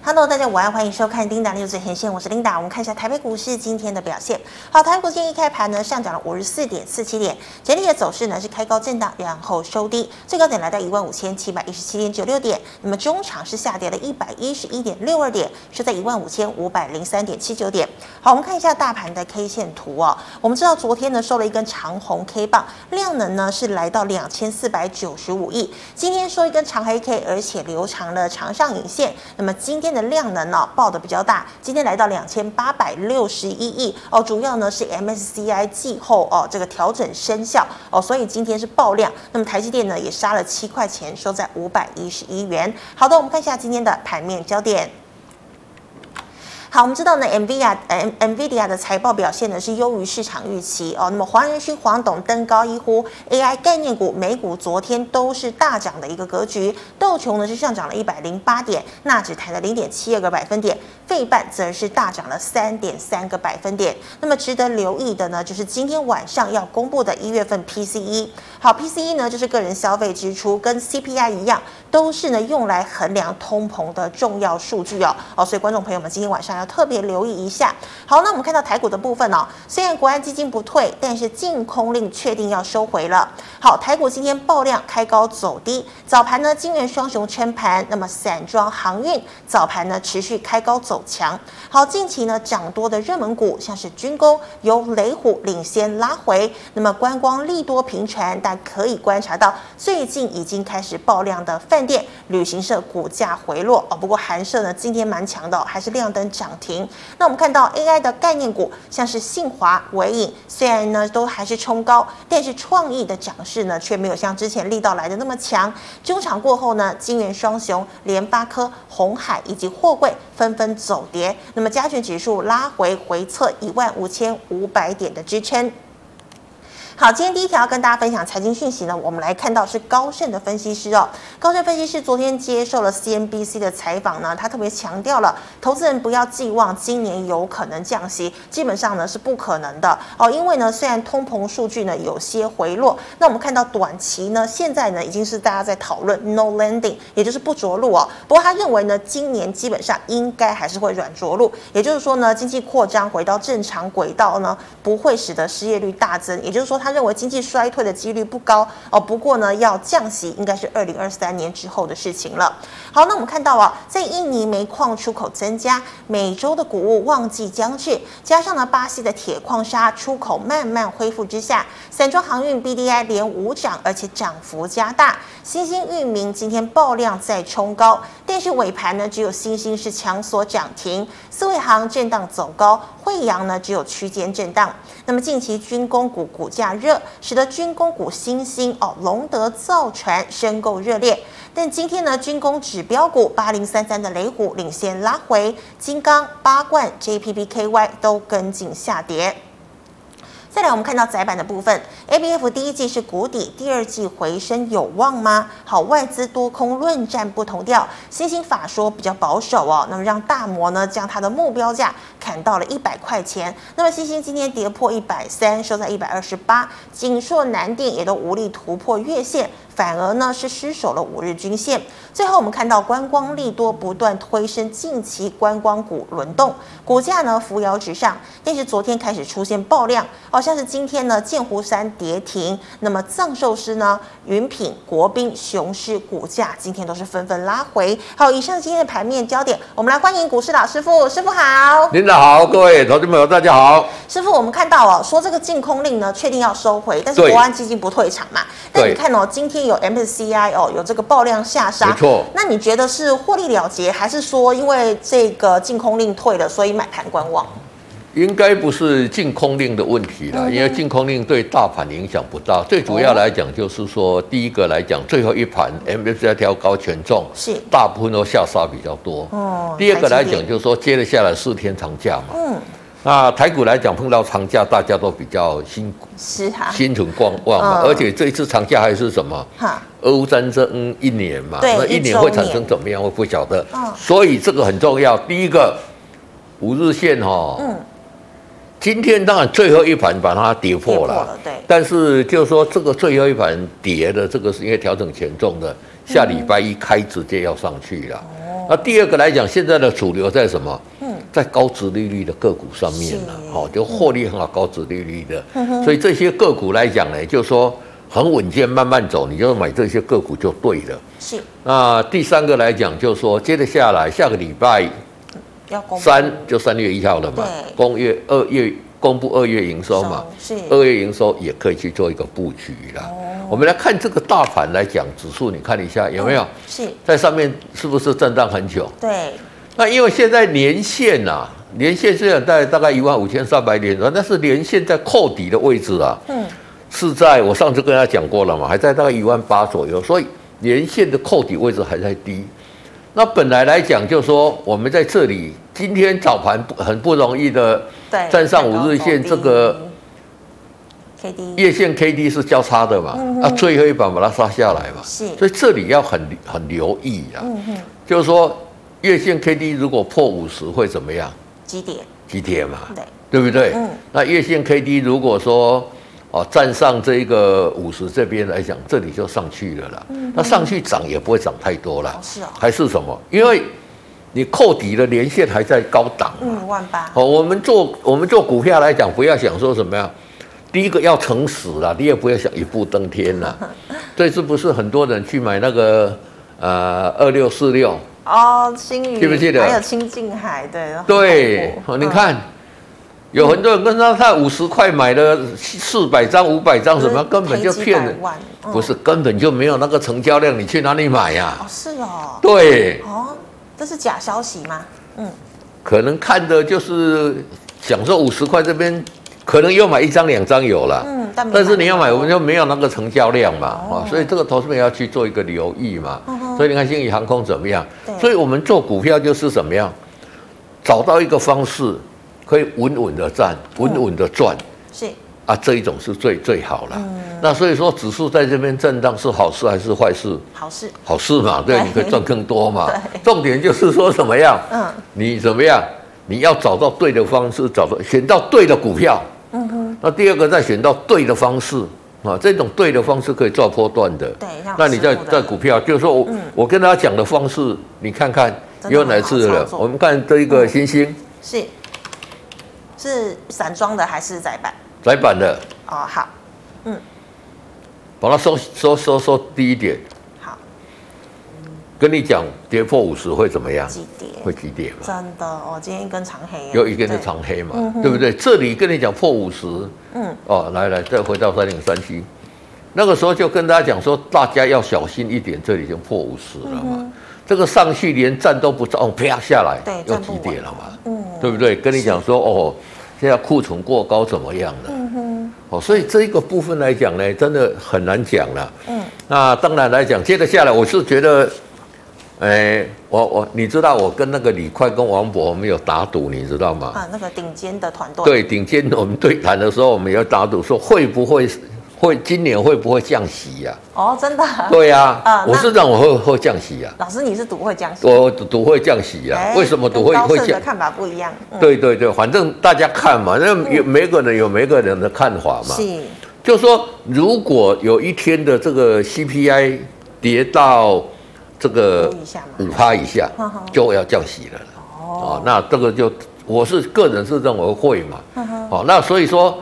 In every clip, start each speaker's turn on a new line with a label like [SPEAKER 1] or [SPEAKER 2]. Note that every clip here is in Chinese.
[SPEAKER 1] Hello，大家午安，欢迎收看《琳达六最前线》，我是琳达。我们看一下台北股市今天的表现。好，台北股今天一开盘呢，上涨了五十四点四七点，整体的走势呢是开高震荡，然后收低，最高点来到一万五千七百一十七点九六点。那么中场是下跌了一百一十一点六二点，是在一万五千五百零三点七九点。好，我们看一下大盘的 K 线图哦。我们知道昨天呢收了一根长红 K 棒，量能呢是来到两千四百九十五亿，今天收一根长黑 K，而且留长了长上影线。那么今天的量能呢、报的比较大，今天来到两千八百六十一亿哦，主要呢是 MSCI 季后哦这个调整生效哦，所以今天是爆量。那么台积电呢也杀了七块钱，收在五百一十一元。好的，我们看一下今天的盘面焦点。好，我们知道呢，NVIDIA 呃 NVIDIA 的财报表现呢是优于市场预期哦。那么黄仁勋、黄董登高一呼，AI 概念股美股昨天都是大涨的一个格局。道琼呢是上涨了一百零八点，纳指抬了零点七二个百分点，费半则是大涨了三点三个百分点。那么值得留意的呢，就是今天晚上要公布的一月份 PCE。好，PCE 呢就是个人消费支出，跟 CPI 一样，都是呢用来衡量通膨的重要数据哦。哦，所以观众朋友们今天晚上。要特别留意一下。好，那我们看到台股的部分哦，虽然国安基金不退，但是净空令确定要收回了。好，台股今天爆量开高走低，早盘呢金元双雄撑盘，那么散装航运早盘呢持续开高走强。好，近期呢涨多的热门股像是军工由雷虎领先拉回，那么观光利多频传，但可以观察到最近已经开始爆量的饭店、旅行社股价回落哦。不过韩社呢今天蛮强的、哦，还是亮灯涨。涨停。那我们看到 AI 的概念股，像是信华、伟影，虽然呢都还是冲高，但是创意的涨势呢却没有像之前力道来的那么强。中场过后呢，金元双雄、联发科、红海以及货柜纷纷走跌。那么加权指数拉回回测一万五千五百点的支撑。好，今天第一条要跟大家分享财经讯息呢，我们来看到是高盛的分析师哦。高盛分析师昨天接受了 CNBC 的采访呢，他特别强调了投资人不要寄望今年有可能降息，基本上呢是不可能的哦。因为呢，虽然通膨数据呢有些回落，那我们看到短期呢，现在呢已经是大家在讨论 no landing，也就是不着陆哦。不过他认为呢，今年基本上应该还是会软着陆，也就是说呢，经济扩张回到正常轨道呢，不会使得失业率大增，也就是说他。他认为经济衰退的几率不高哦，不过呢，要降息应该是二零二三年之后的事情了。好，那我们看到啊，在印尼煤矿出口增加，美洲的谷物旺季将至，加上呢巴西的铁矿砂出口慢慢恢复之下，散装航运 BDI 连五涨，而且涨幅加大。新兴域名今天爆量再冲高，但是尾盘呢只有新兴是强锁涨停，四维行震荡走高，惠阳呢只有区间震荡。那么近期军工股股价。热使得军工股新兴哦，龙德造船申购热烈。但今天呢，军工指标股八零三三的雷虎领先拉回，金刚、八冠、JPPKY 都跟进下跌。再来，我们看到窄板的部分，A B F 第一季是谷底，第二季回升有望吗？好，外资多空论战不同调，新兴法说比较保守哦，那么让大摩呢将它的目标价砍到了一百块钱。那么新兴今天跌破一百三，收在一百二十八，锦硕、南电也都无力突破月线。反而呢是失守了五日均线。最后我们看到观光利多不断推升近期观光股轮动，股价呢扶摇直上。但是昨天开始出现爆量，哦像是今天呢剑湖山跌停，那么藏寿司呢、云品、国宾、雄狮股价今天都是纷纷拉回。好，以上今天的盘面焦点，我们来欢迎股市老师傅，师傅好。
[SPEAKER 2] 领导好，各位投资朋友大家好。
[SPEAKER 1] 师傅，我们看到哦，说这个净空令呢确定要收回，但是国安基金不退场嘛。但你看哦，今天。有 MSCI 哦，有这个爆量下杀，
[SPEAKER 2] 没错。
[SPEAKER 1] 那你觉得是获利了结，还是说因为这个净空令退了，所以买盘观望？
[SPEAKER 2] 应该不是净空令的问题
[SPEAKER 1] 嗯
[SPEAKER 2] 了，因为净空令对大盘影响不大。最主要来讲就是说，第一个来讲，最后一盘 MSCI 调高权重，
[SPEAKER 1] 是
[SPEAKER 2] 大部分都下杀比较多。
[SPEAKER 1] 哦。
[SPEAKER 2] 第二个来讲就是说，接了下来四天长假嘛。嗯。那台股来讲，碰到长假，大家都比较辛苦，
[SPEAKER 1] 是哈、啊，嗯
[SPEAKER 2] 心存观望嘛。而且这一次长假还是什么？
[SPEAKER 1] 哈。
[SPEAKER 2] 俄乌战争一年嘛，
[SPEAKER 1] 对
[SPEAKER 2] 那一年嗯会产生怎么样，我不晓得。所以这个很重要。第一个五日线哈、哦，
[SPEAKER 1] 嗯，
[SPEAKER 2] 今天当然最后一盘把它跌破了，
[SPEAKER 1] 跌破了对
[SPEAKER 2] 但是就是说这个最后一盘跌的，这个是因为调整权重的，下礼拜一开直接要上去了。那第二个来讲，现在的主流在什么？
[SPEAKER 1] 嗯，
[SPEAKER 2] 在高值利率的个股上面呢、
[SPEAKER 1] 是嗯
[SPEAKER 2] 好、就获利很好，高值利率的，所以这些个股来讲呢，就是说很稳健，慢慢走，你就买这些个股就对了。
[SPEAKER 1] 是
[SPEAKER 2] 那第三个来讲，就是说接着下来，下个礼拜
[SPEAKER 1] 要公布
[SPEAKER 2] 三就三月一号了嘛
[SPEAKER 1] 对，
[SPEAKER 2] 公月二月公布二月营收嘛，
[SPEAKER 1] 是
[SPEAKER 2] 二月营收也可以去做一个布局啦。我们来看这个大盘来讲指数，你看一下有没有
[SPEAKER 1] 嗯是，
[SPEAKER 2] 在上面是不是震荡很久？
[SPEAKER 1] 对，
[SPEAKER 2] 那因为现在年线啊，年线虽然在大概一万五千三百点，但是年线在扣底的位置啊，
[SPEAKER 1] 嗯，
[SPEAKER 2] 是在我上次跟他讲过了嘛，还在大概一万八左右，所以年线的扣底位置还在低。那本来来讲，就说我们在这里今天早盘不很不容易的
[SPEAKER 1] 对，
[SPEAKER 2] 站上五日线这个
[SPEAKER 1] K D
[SPEAKER 2] 月线 K D 是交叉的嘛，
[SPEAKER 1] 嗯哼
[SPEAKER 2] 啊，最后一板把它杀下来嘛，
[SPEAKER 1] 是
[SPEAKER 2] 所以这里要很很留意啊，
[SPEAKER 1] 嗯哼，
[SPEAKER 2] 就是说月线 K D 如果破五十会怎么样？
[SPEAKER 1] 几点？
[SPEAKER 2] 几点嘛？
[SPEAKER 1] 对，
[SPEAKER 2] 对不对？
[SPEAKER 1] 嗯
[SPEAKER 2] 那月线 K D 如果说哦站上这个五十这边来讲，这里就上去了
[SPEAKER 1] 嗯
[SPEAKER 2] 啦。那上去涨也不会涨太多啦。
[SPEAKER 1] 哦是哦
[SPEAKER 2] 还是什么？因为你扣底的连线还在高档啊嘛。
[SPEAKER 1] 嗯，万八，
[SPEAKER 2] 好、我们做我们做股票来讲，不要想说什么呀。第一个要诚实啦，第二不要想一步登天 啦。这是不是很多人去买那个呃二六四六？
[SPEAKER 1] 哦，新宇
[SPEAKER 2] 记不记得
[SPEAKER 1] 还有清静海，对很
[SPEAKER 2] 对
[SPEAKER 1] 恐，怖
[SPEAKER 2] 哦你
[SPEAKER 1] 嗯
[SPEAKER 2] 看，有很多人跟他他五十块买了四百张、五百张，什么根本就骗
[SPEAKER 1] 嗯赔
[SPEAKER 2] 人
[SPEAKER 1] 几百，万嗯
[SPEAKER 2] 不是根本就没有那个成交量，你去哪里买呀、
[SPEAKER 1] 哦，是哦，
[SPEAKER 2] 对，
[SPEAKER 1] 哦，这是假消息吗？嗯，
[SPEAKER 2] 可能看的就是想说五十块这边，可能又买一张、两张有了，
[SPEAKER 1] 嗯但没
[SPEAKER 2] 但是
[SPEAKER 1] 买
[SPEAKER 2] 你要
[SPEAKER 1] 那么
[SPEAKER 2] 买，
[SPEAKER 1] 多
[SPEAKER 2] 我们就没有那个成交量嘛，啊、
[SPEAKER 1] 哦
[SPEAKER 2] 所以这个投资人要去做一个留意嘛，
[SPEAKER 1] 嗯哼
[SPEAKER 2] 所以你看星宇航空怎么样
[SPEAKER 1] 对？
[SPEAKER 2] 所以我们做股票就是怎么样，找到一个方式，可以稳稳的站，
[SPEAKER 1] 嗯
[SPEAKER 2] 稳稳的赚。
[SPEAKER 1] 是
[SPEAKER 2] 啊，这一种是最最好了。
[SPEAKER 1] 嗯
[SPEAKER 2] 那所以说，指数在这边震荡是好事还是坏事？
[SPEAKER 1] 好事，
[SPEAKER 2] 好事嘛，对，
[SPEAKER 1] 对
[SPEAKER 2] 你可以赚更多嘛
[SPEAKER 1] 对。
[SPEAKER 2] 重点就是说怎么样，
[SPEAKER 1] 嗯，
[SPEAKER 2] 你怎么样，你要找到对的方式，找到选到对的股票。
[SPEAKER 1] 嗯哼，
[SPEAKER 2] 那第二个再选到对的方式啊，这种对的方式可以做波段的。
[SPEAKER 1] 对让
[SPEAKER 2] 那你在
[SPEAKER 1] 师傅的
[SPEAKER 2] 在股票，就是说我、
[SPEAKER 1] 嗯
[SPEAKER 2] 我跟大家讲的方式，你看看
[SPEAKER 1] 真的
[SPEAKER 2] 有哪次
[SPEAKER 1] 很好操
[SPEAKER 2] 了？
[SPEAKER 1] 作
[SPEAKER 2] 我们看这一个
[SPEAKER 1] 嗯
[SPEAKER 2] 星星
[SPEAKER 1] 是是散装的还是窄板？
[SPEAKER 2] 窄板的，
[SPEAKER 1] 哦，好，嗯，
[SPEAKER 2] 把它收收收收低一点。
[SPEAKER 1] 好，
[SPEAKER 2] 跟你讲，跌破五十会怎么样？
[SPEAKER 1] 几点？
[SPEAKER 2] 会急跌嘛？
[SPEAKER 1] 真的，哦，今天一根长黑耶，
[SPEAKER 2] 有一根
[SPEAKER 1] 对
[SPEAKER 2] 是，长黑嘛，
[SPEAKER 1] 嗯哼
[SPEAKER 2] 对不对？这里跟你讲破五十，
[SPEAKER 1] 嗯，
[SPEAKER 2] 哦，来来，再回到三零三七，那个时候就跟大家讲说，大家要小心一点，这里已经破五十了
[SPEAKER 1] 嗯
[SPEAKER 2] 嘛。这个上去连站都不站，哦，啪下来
[SPEAKER 1] 对，
[SPEAKER 2] 又
[SPEAKER 1] 站不
[SPEAKER 2] 急
[SPEAKER 1] 稳
[SPEAKER 2] 跌了嘛，
[SPEAKER 1] 嗯
[SPEAKER 2] 对不对？跟你讲说，哦，现在库存过高怎么样了？
[SPEAKER 1] 嗯哼，
[SPEAKER 2] 哦，所以这一个部分来讲呢，真的很难讲了。
[SPEAKER 1] 嗯，
[SPEAKER 2] 那当然来讲，接着下来，我是觉得，哎，我我你知道，我跟那个李快跟王博我们有打赌，你知道吗？
[SPEAKER 1] 啊，那个顶尖的团队，，
[SPEAKER 2] 对，顶尖我们对谈的时候，我们有打赌说会不会会今年会不会降息呀、
[SPEAKER 1] 哦，真的，
[SPEAKER 2] 对呀、
[SPEAKER 1] 啊那
[SPEAKER 2] 我是让我会会降息呀、
[SPEAKER 1] 老师你是赌会讲，
[SPEAKER 2] 我赌会降息呀、
[SPEAKER 1] 哎
[SPEAKER 2] 为什么赌会
[SPEAKER 1] 跟高
[SPEAKER 2] 会
[SPEAKER 1] 盛
[SPEAKER 2] 降
[SPEAKER 1] 的？看法不一样，嗯，
[SPEAKER 2] 对对对，反正大家看嘛，那有每个人有每个人的看法嘛。
[SPEAKER 1] 是，
[SPEAKER 2] 就说如果有一天的这个 CPI 跌到这个
[SPEAKER 1] 5以下吗
[SPEAKER 2] 五趴以下
[SPEAKER 1] 嗯哼，
[SPEAKER 2] 就要降息了啦。
[SPEAKER 1] 哦，
[SPEAKER 2] 哦，那这个就我是个人是认为会嘛
[SPEAKER 1] 嗯哼。
[SPEAKER 2] 哦，那所以说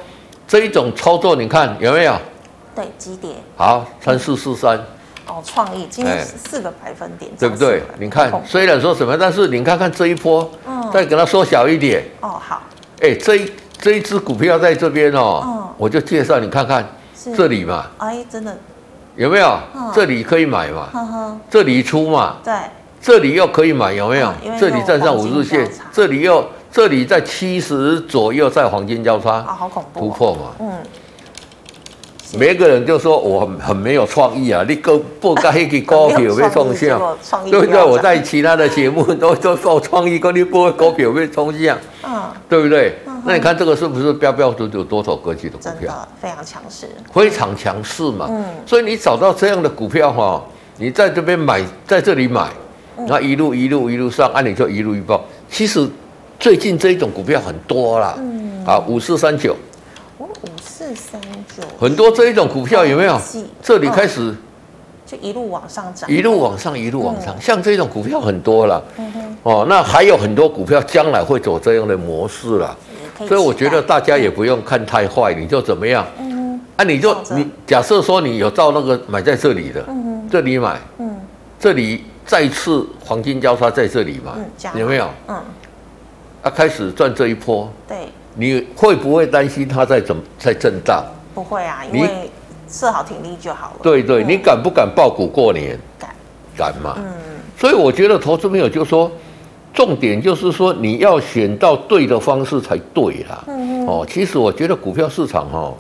[SPEAKER 2] 这一种操作，你看有没有？
[SPEAKER 1] 对，几点？
[SPEAKER 2] 好，三四四三，
[SPEAKER 1] 哦，创意今
[SPEAKER 2] 哎
[SPEAKER 1] 天四个百分点，
[SPEAKER 2] 对不
[SPEAKER 1] 涨四
[SPEAKER 2] 对
[SPEAKER 1] 个百？分
[SPEAKER 2] 你看，虽然说什么，但是你看看这一波
[SPEAKER 1] 嗯，
[SPEAKER 2] 再给它缩小一点，
[SPEAKER 1] 哦，好，
[SPEAKER 2] 哎，这一这一只股票在这边哦
[SPEAKER 1] 嗯，
[SPEAKER 2] 我就介绍你看看
[SPEAKER 1] 是
[SPEAKER 2] 这里嘛，
[SPEAKER 1] 哎，真的，
[SPEAKER 2] 有没有
[SPEAKER 1] 嗯？
[SPEAKER 2] 这里可以买嘛，
[SPEAKER 1] 呵呵，
[SPEAKER 2] 这里出嘛，
[SPEAKER 1] 对，
[SPEAKER 2] 这里又可以买，有没有
[SPEAKER 1] 嗯因为？
[SPEAKER 2] 这里站上
[SPEAKER 1] 有
[SPEAKER 2] 五
[SPEAKER 1] 黄金
[SPEAKER 2] 日线
[SPEAKER 1] 交叉，
[SPEAKER 2] 这里又这里在七十左右，在黄金交叉
[SPEAKER 1] 啊，好恐怖，
[SPEAKER 2] 突，破嘛。
[SPEAKER 1] 嗯，是
[SPEAKER 2] 每个人就说我很很没有创意啊，你够不该去股 票被冲
[SPEAKER 1] 结
[SPEAKER 2] 向，
[SPEAKER 1] 果创意
[SPEAKER 2] 啊对不对？
[SPEAKER 1] 飙涨
[SPEAKER 2] 我在其他的节目都 都做创意，跟你不会股票被冲向，
[SPEAKER 1] 嗯，
[SPEAKER 2] 啊对不对
[SPEAKER 1] 嗯哼？
[SPEAKER 2] 那你看这个是不是标标准准多头格局的股
[SPEAKER 1] 真
[SPEAKER 2] 票，
[SPEAKER 1] 的非常强势，
[SPEAKER 2] 非常强势嘛？
[SPEAKER 1] 嗯
[SPEAKER 2] 所以你找到这样的股票哈，你在这边买，在这里买，
[SPEAKER 1] 嗯
[SPEAKER 2] 那一路一路一路上，按理就一路一爆。其实最近这一种股票很多啦，
[SPEAKER 1] 嗯
[SPEAKER 2] 啊，五四三九。
[SPEAKER 1] 我五四三九，
[SPEAKER 2] 很多这一种股票有没有
[SPEAKER 1] 是？
[SPEAKER 2] 这里开始
[SPEAKER 1] 就一路往上涨。
[SPEAKER 2] 一路往上，一路往上。
[SPEAKER 1] 嗯
[SPEAKER 2] 像这种股票很多了，
[SPEAKER 1] 嗯哼，
[SPEAKER 2] 哦，那还有很多股票将来会走这样的模式了。
[SPEAKER 1] 也可以期待。
[SPEAKER 2] 所以我觉得大家也不用看太坏，你就怎么样
[SPEAKER 1] 嗯哼，
[SPEAKER 2] 啊？你就
[SPEAKER 1] 照着
[SPEAKER 2] 你假设说你有照那个买在这里的，
[SPEAKER 1] 嗯哼，
[SPEAKER 2] 这里买，
[SPEAKER 1] 嗯
[SPEAKER 2] 这里再次黄金交叉在这里买
[SPEAKER 1] 嗯加，码
[SPEAKER 2] 有没有？
[SPEAKER 1] 嗯，
[SPEAKER 2] 啊，开始赚这一波，
[SPEAKER 1] 对，
[SPEAKER 2] 你会不会担心它在怎么在震荡？
[SPEAKER 1] 不会啊，因
[SPEAKER 2] 你
[SPEAKER 1] 为设好停利就好了。
[SPEAKER 2] 对对，
[SPEAKER 1] 嗯
[SPEAKER 2] 你敢不敢爆股过年？
[SPEAKER 1] 敢，
[SPEAKER 2] 敢嘛？
[SPEAKER 1] 嗯
[SPEAKER 2] 所以我觉得投资朋友就说，重点就是说你要选到对的方式才对啦。
[SPEAKER 1] 嗯嗯，
[SPEAKER 2] 哦，其实我觉得股票市场哦，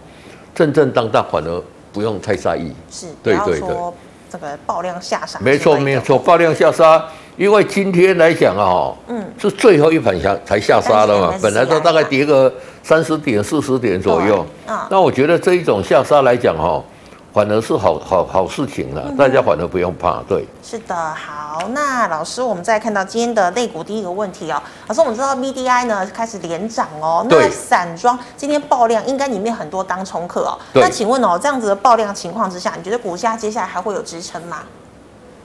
[SPEAKER 2] 正正当当反而不用太在意。
[SPEAKER 1] 是，不
[SPEAKER 2] 对
[SPEAKER 1] 要
[SPEAKER 2] 对
[SPEAKER 1] 说这个爆量下杀。
[SPEAKER 2] 没错没，错，爆量下杀，因为今天来讲啊、哦，
[SPEAKER 1] 嗯，
[SPEAKER 2] 是最后一盘下才下杀的嘛
[SPEAKER 1] 但，是
[SPEAKER 2] 本来都大概跌个三十点、四十点左右。
[SPEAKER 1] 对啊
[SPEAKER 2] 那我觉得这一种下杀来讲哈、哦，反而是好好好事情
[SPEAKER 1] 嗯
[SPEAKER 2] 了，大家反而不用怕。对，
[SPEAKER 1] 是的，好，那老师，我们再看到今天的类股第一个问题哦，老师，我们知道 B D I 呢开始连涨哦，那
[SPEAKER 2] 对
[SPEAKER 1] 散装今天爆量，应该里面很多当冲客哦。
[SPEAKER 2] 对
[SPEAKER 1] 那请问哦，这样子的爆量情况之下，你觉得股价接下来还会有支撑吗？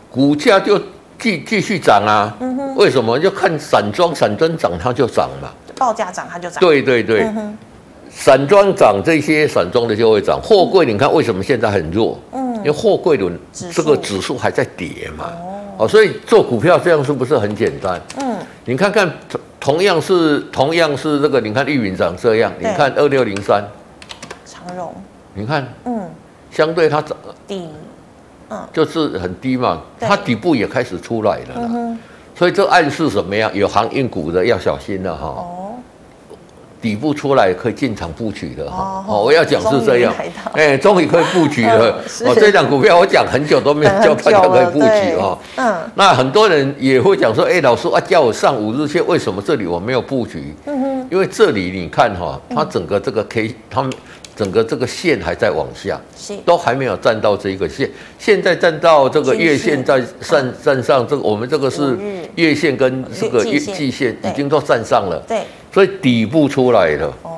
[SPEAKER 2] 股价就继继续涨啊。
[SPEAKER 1] 嗯哼，
[SPEAKER 2] 为什么？就看散装，散装涨它就涨嘛。
[SPEAKER 1] 报价涨它就涨。，
[SPEAKER 2] 对对对，
[SPEAKER 1] 嗯哼，
[SPEAKER 2] 散装涨，这些散装的就会涨。货柜你看为什么现在很弱？因为
[SPEAKER 1] 嗯，
[SPEAKER 2] 货柜轮
[SPEAKER 1] 指数
[SPEAKER 2] 这个指数还在跌嘛。
[SPEAKER 1] 哦，
[SPEAKER 2] 哦，所以做股票这样是不是很简单？
[SPEAKER 1] 嗯，
[SPEAKER 2] 你看看，同同样是同样是这个，你看玉云涨这样，你
[SPEAKER 1] 对
[SPEAKER 2] 看二六零三，
[SPEAKER 1] 长荣，
[SPEAKER 2] 你看
[SPEAKER 1] 嗯，
[SPEAKER 2] 相对它涨
[SPEAKER 1] 鼎，
[SPEAKER 2] 就是很低嘛，
[SPEAKER 1] 嗯对
[SPEAKER 2] 它底部也开始出来了
[SPEAKER 1] 嗯
[SPEAKER 2] 啦。
[SPEAKER 1] 哼，
[SPEAKER 2] 所以这暗示什么样？有航运股的要小心了哈，
[SPEAKER 1] 哦，
[SPEAKER 2] 底部出来可以进场布局的
[SPEAKER 1] 哦
[SPEAKER 2] 哈。哦，我要讲是这样
[SPEAKER 1] 终于来到，
[SPEAKER 2] 哎，终于可以布 局了
[SPEAKER 1] 嗯。是
[SPEAKER 2] 哦，这档股票我讲很久都 没有
[SPEAKER 1] 等
[SPEAKER 2] 叫
[SPEAKER 1] 很
[SPEAKER 2] 大
[SPEAKER 1] 久
[SPEAKER 2] 家可以
[SPEAKER 1] 了，
[SPEAKER 2] 布局
[SPEAKER 1] 对
[SPEAKER 2] 哦。，
[SPEAKER 1] 嗯，
[SPEAKER 2] 那很多人也会讲说，哎、老师啊，叫我上五日线，为什么这里我没有布局？
[SPEAKER 1] 嗯哼，
[SPEAKER 2] 因为这里你看哈、它整个这个 K，它们整个这个线还在往下，
[SPEAKER 1] 是，
[SPEAKER 2] 都还没有站到这个线。现在站到这个月
[SPEAKER 1] 均线嗯
[SPEAKER 2] 线在站站上，这个我们这个
[SPEAKER 1] 五
[SPEAKER 2] 是
[SPEAKER 1] 日
[SPEAKER 2] 月线跟这个
[SPEAKER 1] 季
[SPEAKER 2] 月
[SPEAKER 1] 线
[SPEAKER 2] 季线
[SPEAKER 1] 对
[SPEAKER 2] 已经都站上了，
[SPEAKER 1] 对，
[SPEAKER 2] 所以底部出来了。
[SPEAKER 1] 哦，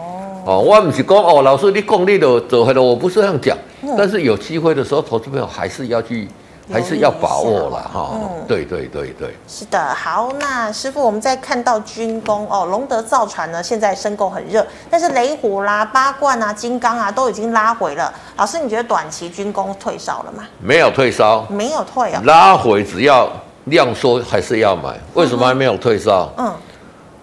[SPEAKER 2] 哦，我不是讲哦，老师你功力的走回来，我不是这样讲
[SPEAKER 1] 嗯，
[SPEAKER 2] 但是有机会的时候，投资朋友还是要去，
[SPEAKER 1] 留意
[SPEAKER 2] 还是要把握
[SPEAKER 1] 一
[SPEAKER 2] 了
[SPEAKER 1] 下
[SPEAKER 2] 哈、
[SPEAKER 1] 嗯
[SPEAKER 2] 对对对对，
[SPEAKER 1] 是的，好，那师傅，我们再看到军工哦，龙德造船呢，现在申购很热，但是雷虎啦、八冠啊、金刚啊都已经拉回了。老师，你觉得短期军工退烧了吗？
[SPEAKER 2] 没有退啊烧，
[SPEAKER 1] 没有退哦，
[SPEAKER 2] 拉回只要量缩还是要买，为什么还没有退烧？
[SPEAKER 1] 嗯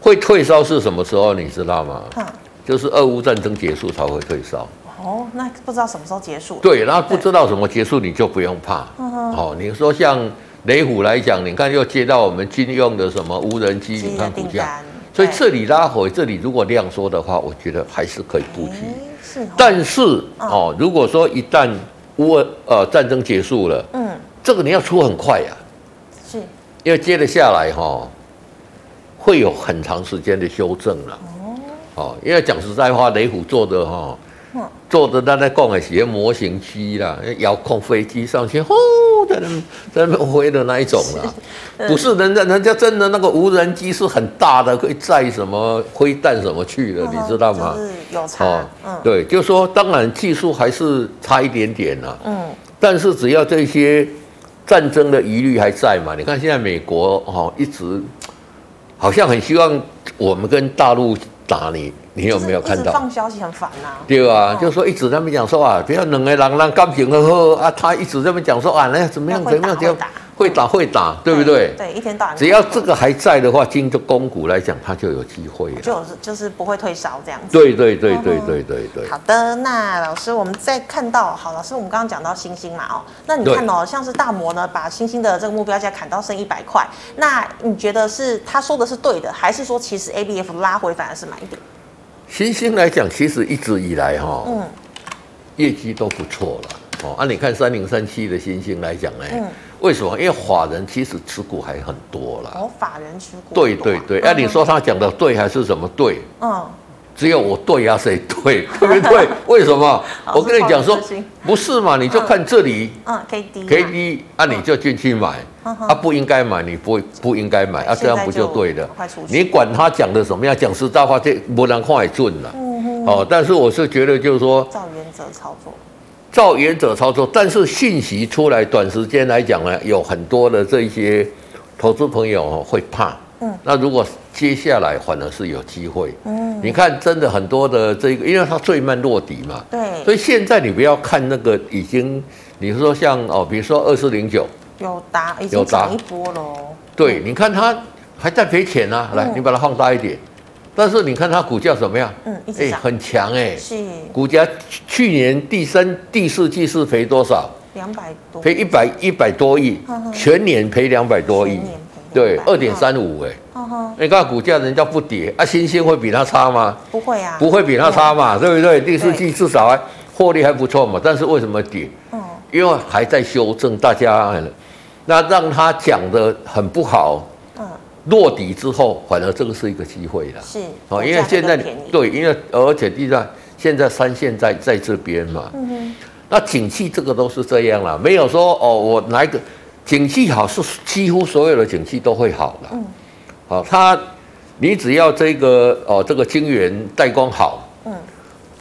[SPEAKER 2] 会退烧是什么时候？你知道吗？
[SPEAKER 1] 哼，
[SPEAKER 2] 就是俄乌战争结束才会退烧。
[SPEAKER 1] 哦，那不知道什么时候结束。，
[SPEAKER 2] 对，然后不知道怎么结束，你就不用怕。
[SPEAKER 1] 嗯
[SPEAKER 2] 哦，你说像雷虎来讲，你看又接到我们军用的什么无人机，
[SPEAKER 1] 今
[SPEAKER 2] 你
[SPEAKER 1] 天
[SPEAKER 2] 看
[SPEAKER 1] 的
[SPEAKER 2] 股
[SPEAKER 1] 订
[SPEAKER 2] 价。
[SPEAKER 1] 单，
[SPEAKER 2] 所以
[SPEAKER 1] 对
[SPEAKER 2] 这里拉回，这里如果量缩的话，我觉得还是可以布局。
[SPEAKER 1] 诶是哦，
[SPEAKER 2] 但是哦，如果说一旦乌俄呃战争结束了，
[SPEAKER 1] 嗯
[SPEAKER 2] 这个你要出很快啊呀、
[SPEAKER 1] 是
[SPEAKER 2] 因为接着下来哈、会有很长时间的修正了。哦，因为讲实在话，雷虎做的哈、
[SPEAKER 1] 嗯
[SPEAKER 2] 做的那在讲的些模型机啦，遥控飞机上去，呼，在那边在那边飞的那一种啦。
[SPEAKER 1] 嗯
[SPEAKER 2] 不是人家人家真的那个无人机是很大的，可以载什么灰弹什么去的，你知道吗？
[SPEAKER 1] 就是有差，
[SPEAKER 2] 哦，
[SPEAKER 1] 嗯
[SPEAKER 2] 对，就说当然技术还是差一点点啦、
[SPEAKER 1] 嗯
[SPEAKER 2] 但是只要这些战争的疑虑还在嘛，你看现在美国哦一直好像很希望我们跟大陆打你，你有没有
[SPEAKER 1] 就是一
[SPEAKER 2] 看
[SPEAKER 1] 直
[SPEAKER 2] 到？
[SPEAKER 1] 放消息很烦呐？
[SPEAKER 2] 对啊
[SPEAKER 1] 哦，
[SPEAKER 2] 就说一直在那边讲说啊，不要冷哎冷让感情很好啊，他一直在那边讲说啊，那怎么样
[SPEAKER 1] 那
[SPEAKER 2] 怎
[SPEAKER 1] 会
[SPEAKER 2] 么样
[SPEAKER 1] 打
[SPEAKER 2] 怎么样，会打会打，对不对？
[SPEAKER 1] 对，一天到晚
[SPEAKER 2] 只要这个还在的话，经公股来讲，它就有机会了。
[SPEAKER 1] 就是就是不会退烧这样子。
[SPEAKER 2] 对对对对对对对，
[SPEAKER 1] 好的，那老师，我们再看到，好，老师，我们刚刚讲到星星嘛，哦，那你看哦，像是大摩呢，把星星的这个目标价砍到剩一百块，那你觉得是他说的是对的，还是说其实 ABF 拉回反而是买点？
[SPEAKER 2] 新兴来讲，其实一直以来哈、
[SPEAKER 1] 嗯
[SPEAKER 2] 业绩都不错了。哦，啊，你看三零三七的新星来讲呢，
[SPEAKER 1] 嗯
[SPEAKER 2] 为什么？因为法人其实持股还很多啦。
[SPEAKER 1] 哦，法人持股
[SPEAKER 2] 对
[SPEAKER 1] 多
[SPEAKER 2] 对
[SPEAKER 1] 啊
[SPEAKER 2] 对，哎、你，说他讲的对还是什么对？
[SPEAKER 1] 嗯
[SPEAKER 2] 只有我对呀、谁对？ 对 不对？为什么？
[SPEAKER 1] 好
[SPEAKER 2] 我跟你讲说
[SPEAKER 1] 是法人之心，
[SPEAKER 2] 不是嘛？你就看这里
[SPEAKER 1] 嗯，K D
[SPEAKER 2] K D，啊，你就进去买，
[SPEAKER 1] 嗯哼
[SPEAKER 2] 啊，不应该买，你不不应该买，啊，这样不就对了？
[SPEAKER 1] 快出去，
[SPEAKER 2] 你管他讲的什么样，讲实在话，这不能看也准了。啊
[SPEAKER 1] 嗯哼，
[SPEAKER 2] 哦，但是我是觉得就是说，
[SPEAKER 1] 照原则操作，
[SPEAKER 2] 照原则操作，但是信息出来，短时间来讲呢，有很多的这一些投资朋友哦会怕。
[SPEAKER 1] 嗯，
[SPEAKER 2] 那如果接下来反而是有机会，嗯，你看真的很多的这个，因为它最慢落底嘛，所
[SPEAKER 1] 对，
[SPEAKER 2] 以现在你不要看那个已经，你说像哦，比如说二四零九，
[SPEAKER 1] 有答已经
[SPEAKER 2] 有答
[SPEAKER 1] 涨一波了哦，
[SPEAKER 2] 对，你看它还在赔钱啊，来，
[SPEAKER 1] 嗯
[SPEAKER 2] 你把它放大一点，但是你看它股价怎么样？
[SPEAKER 1] 嗯，一直
[SPEAKER 2] 哎，
[SPEAKER 1] 涨，
[SPEAKER 2] 很强哎，
[SPEAKER 1] 是
[SPEAKER 2] 股价去去年第三、第四季是赔多少？
[SPEAKER 1] 两百多，
[SPEAKER 2] 赔一百一百多亿
[SPEAKER 1] 嗯哼，
[SPEAKER 2] 全年赔两百多亿
[SPEAKER 1] 全年，赔
[SPEAKER 2] 对，
[SPEAKER 1] 200
[SPEAKER 2] 二点三五哎，
[SPEAKER 1] 嗯哼，
[SPEAKER 2] 你看股价人家不跌啊，新兴会比它差吗？
[SPEAKER 1] 不会啊，
[SPEAKER 2] 不会比它差嘛，对不对？第四季至少还获利还不错嘛，但是为什么跌？
[SPEAKER 1] 嗯，
[SPEAKER 2] 因为还在修正，大家哎那让他讲的很不好，
[SPEAKER 1] 嗯
[SPEAKER 2] 落底之后，反而这个是一个机会啦
[SPEAKER 1] 嗯，。是，
[SPEAKER 2] 哦，因
[SPEAKER 1] 股
[SPEAKER 2] 为
[SPEAKER 1] 价
[SPEAKER 2] 现在
[SPEAKER 1] 比较便宜，
[SPEAKER 2] 对，因为而且地段现在三线在在这边嘛，
[SPEAKER 1] 嗯哼，
[SPEAKER 2] 那景气这个都是这样啦，没有说哦，我哪一个景气好是几乎所有的景气都会好了。
[SPEAKER 1] 嗯
[SPEAKER 2] 好、它你只要这个哦，这个晶圆代工好
[SPEAKER 1] 嗯，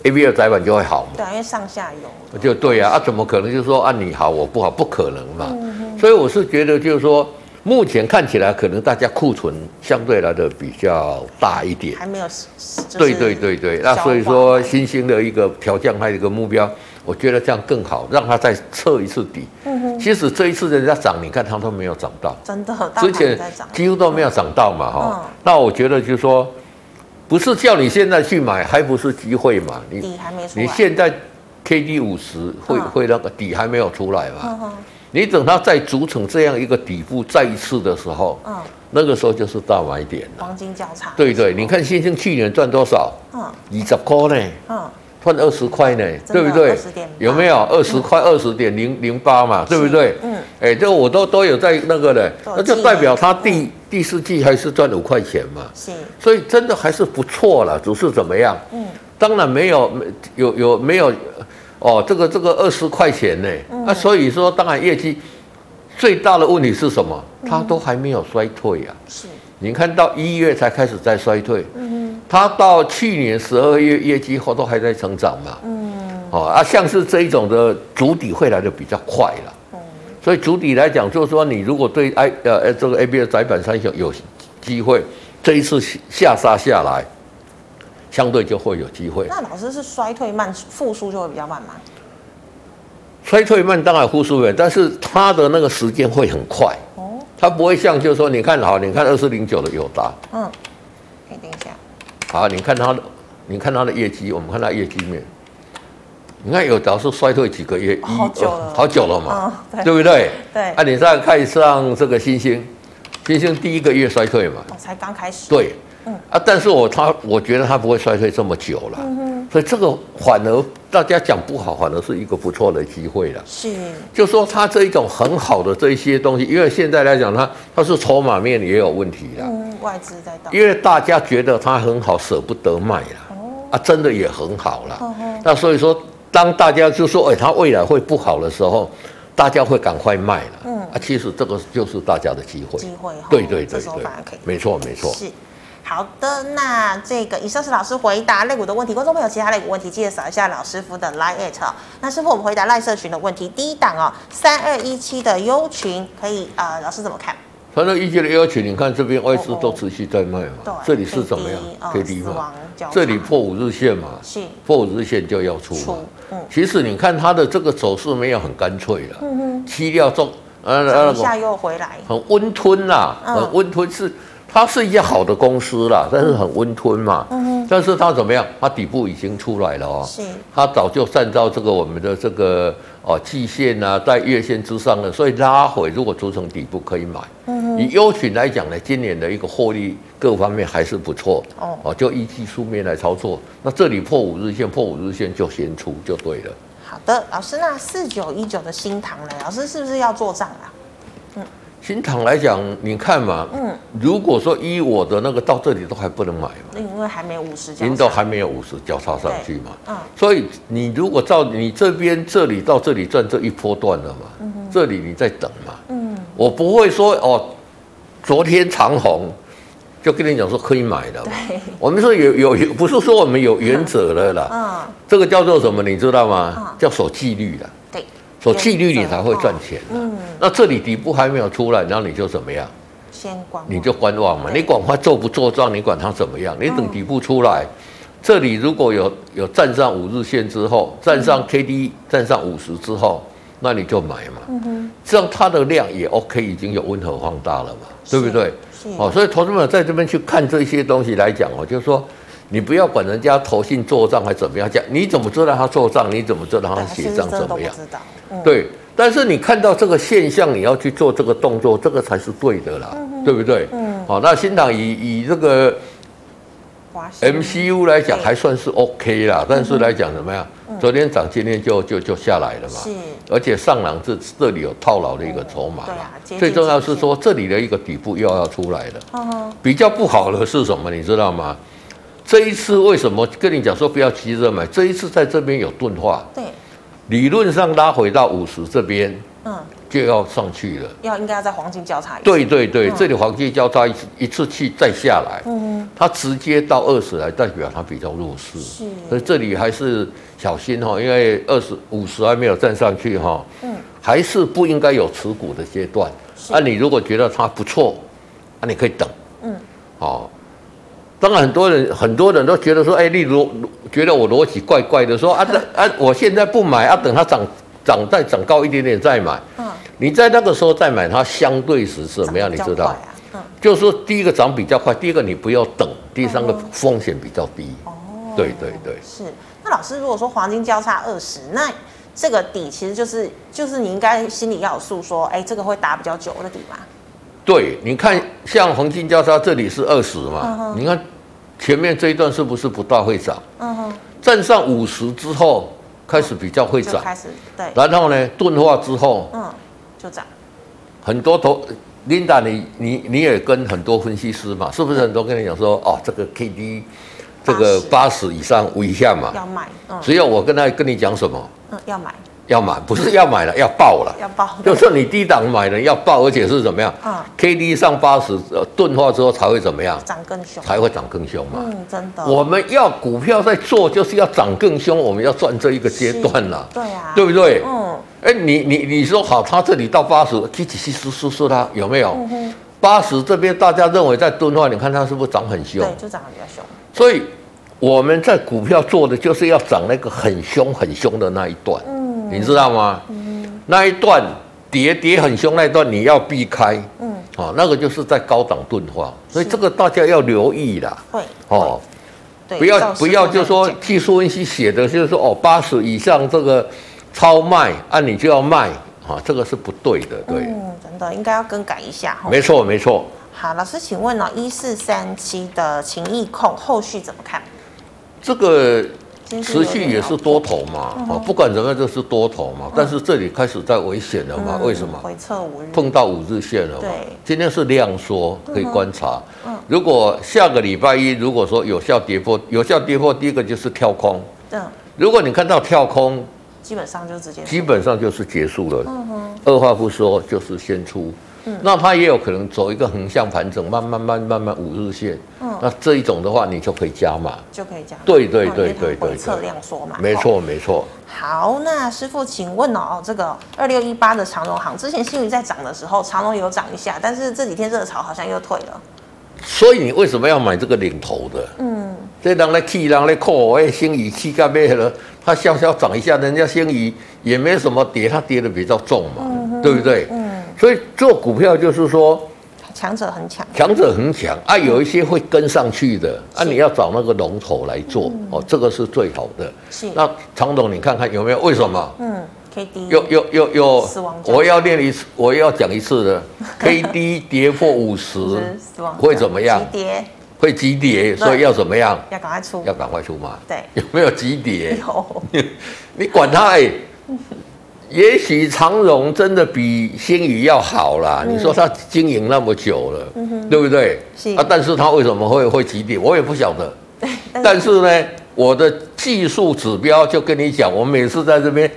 [SPEAKER 2] ，A B 二窄板就会好嘛，
[SPEAKER 1] 对啊，因为上下游，
[SPEAKER 2] 就对啊，啊怎么可能就是说啊你好我不好，不可能嘛。
[SPEAKER 1] 嗯哼，
[SPEAKER 2] 所以我是觉得就是说，目前看起来可能大家库存相对来的比较大一点。
[SPEAKER 1] 还没有，就是
[SPEAKER 2] 对对对对，那
[SPEAKER 1] 消
[SPEAKER 2] 所以
[SPEAKER 1] 化
[SPEAKER 2] 说
[SPEAKER 1] 完
[SPEAKER 2] 新兴的一个调降它的一个目标，我觉得这样更好，让它再测一次底。
[SPEAKER 1] 嗯哼，
[SPEAKER 2] 其实这一次人家涨，你看它都没有涨到，
[SPEAKER 1] 真的，大
[SPEAKER 2] 之
[SPEAKER 1] 盘也
[SPEAKER 2] 前
[SPEAKER 1] 在涨，
[SPEAKER 2] 几乎都没有涨到嘛哈、
[SPEAKER 1] 嗯
[SPEAKER 2] 那我觉得就是说，不是叫你现在去买，还不是机会嘛？你
[SPEAKER 1] 底还没出来，
[SPEAKER 2] 你现在 K D 五十会、
[SPEAKER 1] 嗯
[SPEAKER 2] 会那个底还没有出来嘛？
[SPEAKER 1] 嗯哼，
[SPEAKER 2] 你等它再组成这样一个底部再一次的时候，
[SPEAKER 1] 嗯，
[SPEAKER 2] 那个时候就是大买点了。
[SPEAKER 1] 黄金交叉，
[SPEAKER 2] 对对，你看星星去年赚多少？
[SPEAKER 1] 嗯
[SPEAKER 2] 二十块呢，
[SPEAKER 1] 嗯，
[SPEAKER 2] 赚二十块呢，
[SPEAKER 1] 的
[SPEAKER 2] 对不对
[SPEAKER 1] 20.8？
[SPEAKER 2] 有没有二十块二十点零零八嘛？对不对？
[SPEAKER 1] 嗯，
[SPEAKER 2] 哎，这个我都都有在那个的，
[SPEAKER 1] 都有
[SPEAKER 2] 那
[SPEAKER 1] 记
[SPEAKER 2] 就
[SPEAKER 1] 忆嗯
[SPEAKER 2] 代表他第第四季还是赚五块钱嘛，
[SPEAKER 1] 是，
[SPEAKER 2] 所以真的还是不错了，只是怎么样？
[SPEAKER 1] 嗯
[SPEAKER 2] 当然没有没有有没有哦，这个这个二十块钱呢，
[SPEAKER 1] 嗯
[SPEAKER 2] 啊，所以说当然业绩最大的问题是什么？它都还没有衰退啊，
[SPEAKER 1] 是，
[SPEAKER 2] 你看到一月才开始在衰退，
[SPEAKER 1] 嗯
[SPEAKER 2] 它到去年十二月业绩后都还在成长嘛，
[SPEAKER 1] 嗯
[SPEAKER 2] 哦啊，像是这一种的主底会来的比较快了。
[SPEAKER 1] 嗯
[SPEAKER 2] 所以主体来讲，就是说你如果对 I 呃呃这个 A B 的窄板三雄有机会，这一次下杀下来，相对就会有机会。
[SPEAKER 1] 那老师是衰退慢，复苏就会比较慢嘛？
[SPEAKER 2] 衰退慢当然复苏远，但是它的那个时间会很快，
[SPEAKER 1] 哦，
[SPEAKER 2] 它不会像就是说你看好，你看二四零九的友达，
[SPEAKER 1] 嗯，可以等一下，
[SPEAKER 2] 好，你看它的你看它的业绩，我们看它业绩面，你看友达是衰退几个月，一
[SPEAKER 1] 好久
[SPEAKER 2] 二
[SPEAKER 1] 了
[SPEAKER 2] 好久了嘛，
[SPEAKER 1] 嗯对
[SPEAKER 2] 对不对？
[SPEAKER 1] 对
[SPEAKER 2] 啊，你再看上这个星星，星星第一个月衰退嘛，
[SPEAKER 1] 我哦才刚开始，，
[SPEAKER 2] 对，
[SPEAKER 1] 嗯
[SPEAKER 2] 啊，但是我他我觉得他不会衰退这么久了，所以这个反而大家讲不好，反而是一个不错的机会了。
[SPEAKER 1] 是，
[SPEAKER 2] 就说它这一种很好的这一些东西，因为现在来讲它它是筹码面也有问题啦，
[SPEAKER 1] 嗯，外资在倒，
[SPEAKER 2] 因为大家觉得它很好，舍不得卖啦，啊，真的也很好啦。
[SPEAKER 1] 哦吼
[SPEAKER 2] 那所以说，当大家就说哎、它未来会不好的时候，大家会赶快卖了，
[SPEAKER 1] 嗯
[SPEAKER 2] 啊，其实这个就是大家的机会，
[SPEAKER 1] 机会哈，哦
[SPEAKER 2] 对对对
[SPEAKER 1] 这时候
[SPEAKER 2] 对
[SPEAKER 1] 反而可以，，
[SPEAKER 2] 没错没错。
[SPEAKER 1] 是。好的，那这个以上是老师回答类股的问题，观众朋友其他类股问题记得扫一下老师傅的 Line at 哦。那师傅，我们回答赖社群的问题，第一档哦，三二一七的优群可以啊、呃老师怎么看？
[SPEAKER 2] 反正一级的要求，你看这边外资都持续在卖嘛，
[SPEAKER 1] 哦对，
[SPEAKER 2] 这里是怎么样？
[SPEAKER 1] 最
[SPEAKER 2] 最
[SPEAKER 1] 低
[SPEAKER 2] 低
[SPEAKER 1] 哦死
[SPEAKER 2] 嘛
[SPEAKER 1] 亡，交
[SPEAKER 2] 这里
[SPEAKER 1] 叉
[SPEAKER 2] 破五日线嘛，
[SPEAKER 1] 是
[SPEAKER 2] 破五日线就要出嘛
[SPEAKER 1] 出。，嗯
[SPEAKER 2] 其实你看它的这个走势没有很干脆了，
[SPEAKER 1] 嗯哼，
[SPEAKER 2] 七料中呃
[SPEAKER 1] 涨
[SPEAKER 2] 那
[SPEAKER 1] 一下
[SPEAKER 2] 个
[SPEAKER 1] 又回来，
[SPEAKER 2] 很温吞啦，
[SPEAKER 1] 嗯
[SPEAKER 2] 很温吞是它是一家好的公司啦，但是很温吞嘛。
[SPEAKER 1] 嗯
[SPEAKER 2] 但是它怎么样？它底部已经出来了哦
[SPEAKER 1] 哼，。是，
[SPEAKER 2] 它早就站到这个我们的这个哦季线啊，在月线之上了，所以拉回如果组成底部可以买。
[SPEAKER 1] 嗯哼，
[SPEAKER 2] 以优群来讲呢，今年的一个获利各方面还是不错
[SPEAKER 1] 哦
[SPEAKER 2] 哦，就依技术面来操作。那这里破五日线，破五日线就先出就对了。
[SPEAKER 1] 好的，老师，那四九一九的新塘呢？老师是不是要做账啊？
[SPEAKER 2] 新塘来讲，你看嘛，
[SPEAKER 1] 嗯，
[SPEAKER 2] 如果说依我的那个到这里都还不能买嘛，
[SPEAKER 1] 那因为还没五十交
[SPEAKER 2] 您
[SPEAKER 1] 叉
[SPEAKER 2] 都，还没有五十交叉上去嘛，
[SPEAKER 1] 嗯，
[SPEAKER 2] 所以你如果照你这边这里到这里赚这一波段了嘛，这里你再等嘛，
[SPEAKER 1] 嗯，
[SPEAKER 2] 我不会说哦，昨天长虹，就跟你讲说可以买的嘛。
[SPEAKER 1] 对，
[SPEAKER 2] 我们说有有有，不是说我们有原则了啦，
[SPEAKER 1] 嗯，
[SPEAKER 2] 这个叫做什么？你知道
[SPEAKER 1] 嗯
[SPEAKER 2] 吗？叫守纪律的，
[SPEAKER 1] 对，
[SPEAKER 2] 守纪律你才会赚钱的。
[SPEAKER 1] 嗯，
[SPEAKER 2] 那这里底部还没有出来，然后你就怎么样？
[SPEAKER 1] 先管
[SPEAKER 2] 你就观望嘛，
[SPEAKER 1] 对
[SPEAKER 2] 你管它做不做账，你管它怎么样，你等
[SPEAKER 1] 嗯
[SPEAKER 2] 底部出来，这里如果有有站上五日线之后，站
[SPEAKER 1] 嗯
[SPEAKER 2] 上 K D 站上五十之后，那你就买嘛，
[SPEAKER 1] 嗯哼，
[SPEAKER 2] 这样它的量也 OK，已经有温和放大了嘛，对不对？
[SPEAKER 1] 是？
[SPEAKER 2] 哦，所以投资者在这边去看这些东西来讲哦，就是说。你不要管人家投信做账还怎么样讲，你怎么知道他做账？你怎么知道他
[SPEAKER 1] 对
[SPEAKER 2] 写账
[SPEAKER 1] 是不是真的
[SPEAKER 2] 怎么样？？
[SPEAKER 1] 都不知道，嗯，
[SPEAKER 2] 对，但是你看到这个现象，你要去做这个动作，这个才是对的啦，对不对？
[SPEAKER 1] 嗯
[SPEAKER 2] 好、那新党以以这个
[SPEAKER 1] 华西
[SPEAKER 2] MCU 来讲
[SPEAKER 1] 对嗯
[SPEAKER 2] 还算是 OK 啦，但是来讲怎么样？昨天涨，今天就就就下来了嘛。
[SPEAKER 1] 是
[SPEAKER 2] 而且上朗这这里有套牢的一个筹码
[SPEAKER 1] 对
[SPEAKER 2] 嘛
[SPEAKER 1] 啊接近
[SPEAKER 2] 最重要
[SPEAKER 1] 极
[SPEAKER 2] 是
[SPEAKER 1] 限
[SPEAKER 2] 说这里的一个底部又要出来了。
[SPEAKER 1] 嗯
[SPEAKER 2] 比较不好的是什么？你知道吗？这一次为什么跟你讲说不要急着买？这一次在这边有钝化，
[SPEAKER 1] 对，
[SPEAKER 2] 理论上拉回到五十这边，
[SPEAKER 1] 嗯，
[SPEAKER 2] 就要上去了。
[SPEAKER 1] 要应该要在黄金交叉一次，
[SPEAKER 2] 对对对，
[SPEAKER 1] 嗯
[SPEAKER 2] 这里黄金交叉一次一次去再下来，
[SPEAKER 1] 嗯
[SPEAKER 2] 它直接到二十来，代表它比较弱势。
[SPEAKER 1] 是
[SPEAKER 2] 所以这里还是小心哈，因为二十五十还没有站上去哈，
[SPEAKER 1] 嗯，
[SPEAKER 2] 还是不应该有持股的阶段。啊
[SPEAKER 1] 是
[SPEAKER 2] 那你如果觉得它不错，那你可以等。
[SPEAKER 1] 嗯，
[SPEAKER 2] 哦，当然很多人很多人都觉得说，哎，你逻觉得我逻辑怪怪的，说啊等啊，我现在不买啊，等它涨涨再涨高一点点再买。
[SPEAKER 1] 嗯，
[SPEAKER 2] 你在那个时候再买，它相对时怎么样？你
[SPEAKER 1] 长
[SPEAKER 2] 知
[SPEAKER 1] 得比较
[SPEAKER 2] 道
[SPEAKER 1] 快？啊？嗯，
[SPEAKER 2] 就是说，第一个涨比较快，第一个你不要等，第三个风险比较低。
[SPEAKER 1] 哦，
[SPEAKER 2] 对对对
[SPEAKER 1] 是。那老师，如果说黄金交叉二十，那这个底其实就是就是你应该心里要有数，说，哎，这个会打比较久的底吧？
[SPEAKER 2] 对，你看像黄金交叉这里是二十
[SPEAKER 1] 嗯
[SPEAKER 2] 嘛，
[SPEAKER 1] 哼
[SPEAKER 2] 你看前面这一段是不是不大会涨？
[SPEAKER 1] 嗯哼，
[SPEAKER 2] 站上五十之后开始比较会
[SPEAKER 1] 哦就
[SPEAKER 2] 涨，
[SPEAKER 1] 开始对，
[SPEAKER 2] 然后呢钝化之后，
[SPEAKER 1] 嗯，就涨，
[SPEAKER 2] 很多投 Linda 你你你也跟很多分析师嘛，是不是很多跟你讲说哦这个 K D 这个
[SPEAKER 1] 80
[SPEAKER 2] 八十以上危险嘛？
[SPEAKER 1] 要卖，嗯
[SPEAKER 2] 只有我跟他跟你讲什么
[SPEAKER 1] 嗯，要买，
[SPEAKER 2] 要买，不是要买了要爆了。
[SPEAKER 1] 要爆，
[SPEAKER 2] 就是你低档买了要爆，而且是怎么样、
[SPEAKER 1] 嗯
[SPEAKER 2] k D 上八十，呃，钝化之后才会怎么样？
[SPEAKER 1] 涨更凶，
[SPEAKER 2] 才会涨更凶嘛。
[SPEAKER 1] 嗯，真的，
[SPEAKER 2] 我们要股票在做，就是要涨更凶，我们要赚这一个阶
[SPEAKER 1] 是
[SPEAKER 2] 段啦，
[SPEAKER 1] 对啊，
[SPEAKER 2] 对不对？
[SPEAKER 1] 嗯，
[SPEAKER 2] 哎、你你你说好，它这里到八十，起起起输输输它有没有？
[SPEAKER 1] 嗯哼，
[SPEAKER 2] 八十这边大家认为在钝化，你看它是不是涨很凶？
[SPEAKER 1] 对，就涨得比较凶，
[SPEAKER 2] 所以我们在股票做的就是要涨那个很凶很凶的那一段，
[SPEAKER 1] 嗯
[SPEAKER 2] 你知道吗？那一段跌跌很凶那一段你要避开，
[SPEAKER 1] 嗯，
[SPEAKER 2] 哦，那个就是在高档钝化，所以
[SPEAKER 1] 是
[SPEAKER 2] 这个大家要留意啦，
[SPEAKER 1] 会，
[SPEAKER 2] 哦，
[SPEAKER 1] 对，
[SPEAKER 2] 不
[SPEAKER 1] 照
[SPEAKER 2] 要
[SPEAKER 1] 实
[SPEAKER 2] 不要
[SPEAKER 1] 的
[SPEAKER 2] 就
[SPEAKER 1] 来
[SPEAKER 2] 说
[SPEAKER 1] 讲
[SPEAKER 2] 技术分析写的就是说哦八十以上这个超卖啊你就要卖啊，这个是不对的，对，
[SPEAKER 1] 嗯，真的应该要更改一下哈。
[SPEAKER 2] 没错没错。
[SPEAKER 1] 好，老师，请问呢、哦，一四三七的情谊控后续怎么看？
[SPEAKER 2] 这个
[SPEAKER 1] 今天是有
[SPEAKER 2] 持续
[SPEAKER 1] 点
[SPEAKER 2] 也是多头嘛，
[SPEAKER 1] 嗯
[SPEAKER 2] 哦，不管怎么样就是多头嘛。但是这里开始在危险了嘛？
[SPEAKER 1] 嗯
[SPEAKER 2] 啊为什么？
[SPEAKER 1] 回撤五日？
[SPEAKER 2] 碰到五日线了嘛
[SPEAKER 1] 对？
[SPEAKER 2] 今天是量缩，可以观察
[SPEAKER 1] 嗯。
[SPEAKER 2] 如果下个礼拜一如果说有效跌破，有效跌破第一个就是跳空。
[SPEAKER 1] 嗯，
[SPEAKER 2] 如果你看到跳空，
[SPEAKER 1] 基本上就直接
[SPEAKER 2] 基本上就是结束了。
[SPEAKER 1] 嗯哼，嗯
[SPEAKER 2] 二话不说就是先出。那它也有可能走一个横向盘整，慢慢慢慢慢五日线。
[SPEAKER 1] 嗯
[SPEAKER 2] 那这一种的话，你就可以加码。
[SPEAKER 1] 就可以讲。
[SPEAKER 2] 对对
[SPEAKER 1] 嗯
[SPEAKER 2] 对
[SPEAKER 1] 因为它
[SPEAKER 2] 对对
[SPEAKER 1] 回撤
[SPEAKER 2] 对
[SPEAKER 1] 量缩嘛。
[SPEAKER 2] 没
[SPEAKER 1] 哦。
[SPEAKER 2] 错，没错。
[SPEAKER 1] 好，那师傅，请问哦，哦这个二六一八的长荣行，之前新宇在涨的时候，长荣有涨一下，但是这几天热潮好像又退了。
[SPEAKER 2] 所以你为什么要买这个领头的？
[SPEAKER 1] 嗯，
[SPEAKER 2] 这人来气，人来扣，哎，星宇气干咩了？它小小涨一下，人家星宇也没什么跌，它跌的比较重嘛，对不对？
[SPEAKER 1] 嗯，
[SPEAKER 2] 所以做股票就是说，
[SPEAKER 1] 强者很强。
[SPEAKER 2] 强者恒强啊，有一些会跟上去的啊，
[SPEAKER 1] 是嗯
[SPEAKER 2] 你要找那个龙头来做、哦，这个是最好的。
[SPEAKER 1] 是
[SPEAKER 2] 那常总，你看看有没有？为什么？
[SPEAKER 1] 嗯，K D
[SPEAKER 2] 又又又又
[SPEAKER 1] 死亡，交叉
[SPEAKER 2] 我要练一次，我要讲一 次的 K D 跌破五十
[SPEAKER 1] 就是死亡
[SPEAKER 2] 会怎么样
[SPEAKER 1] 急跌
[SPEAKER 2] 会急跌，所以要怎么样？
[SPEAKER 1] 要赶快出
[SPEAKER 2] 要。赶快出嘛。
[SPEAKER 1] 对
[SPEAKER 2] 有没有急跌？
[SPEAKER 1] 有，
[SPEAKER 2] 你管它哎、 也许长荣真的比星宇要好啦。你说它经营那么久了，对不对？
[SPEAKER 1] 嗯是
[SPEAKER 2] 啊，但是它为什么会会急跌？我也不晓 得。
[SPEAKER 1] 但是
[SPEAKER 2] 但是呢，我的技术指标就跟你讲，我每次在这边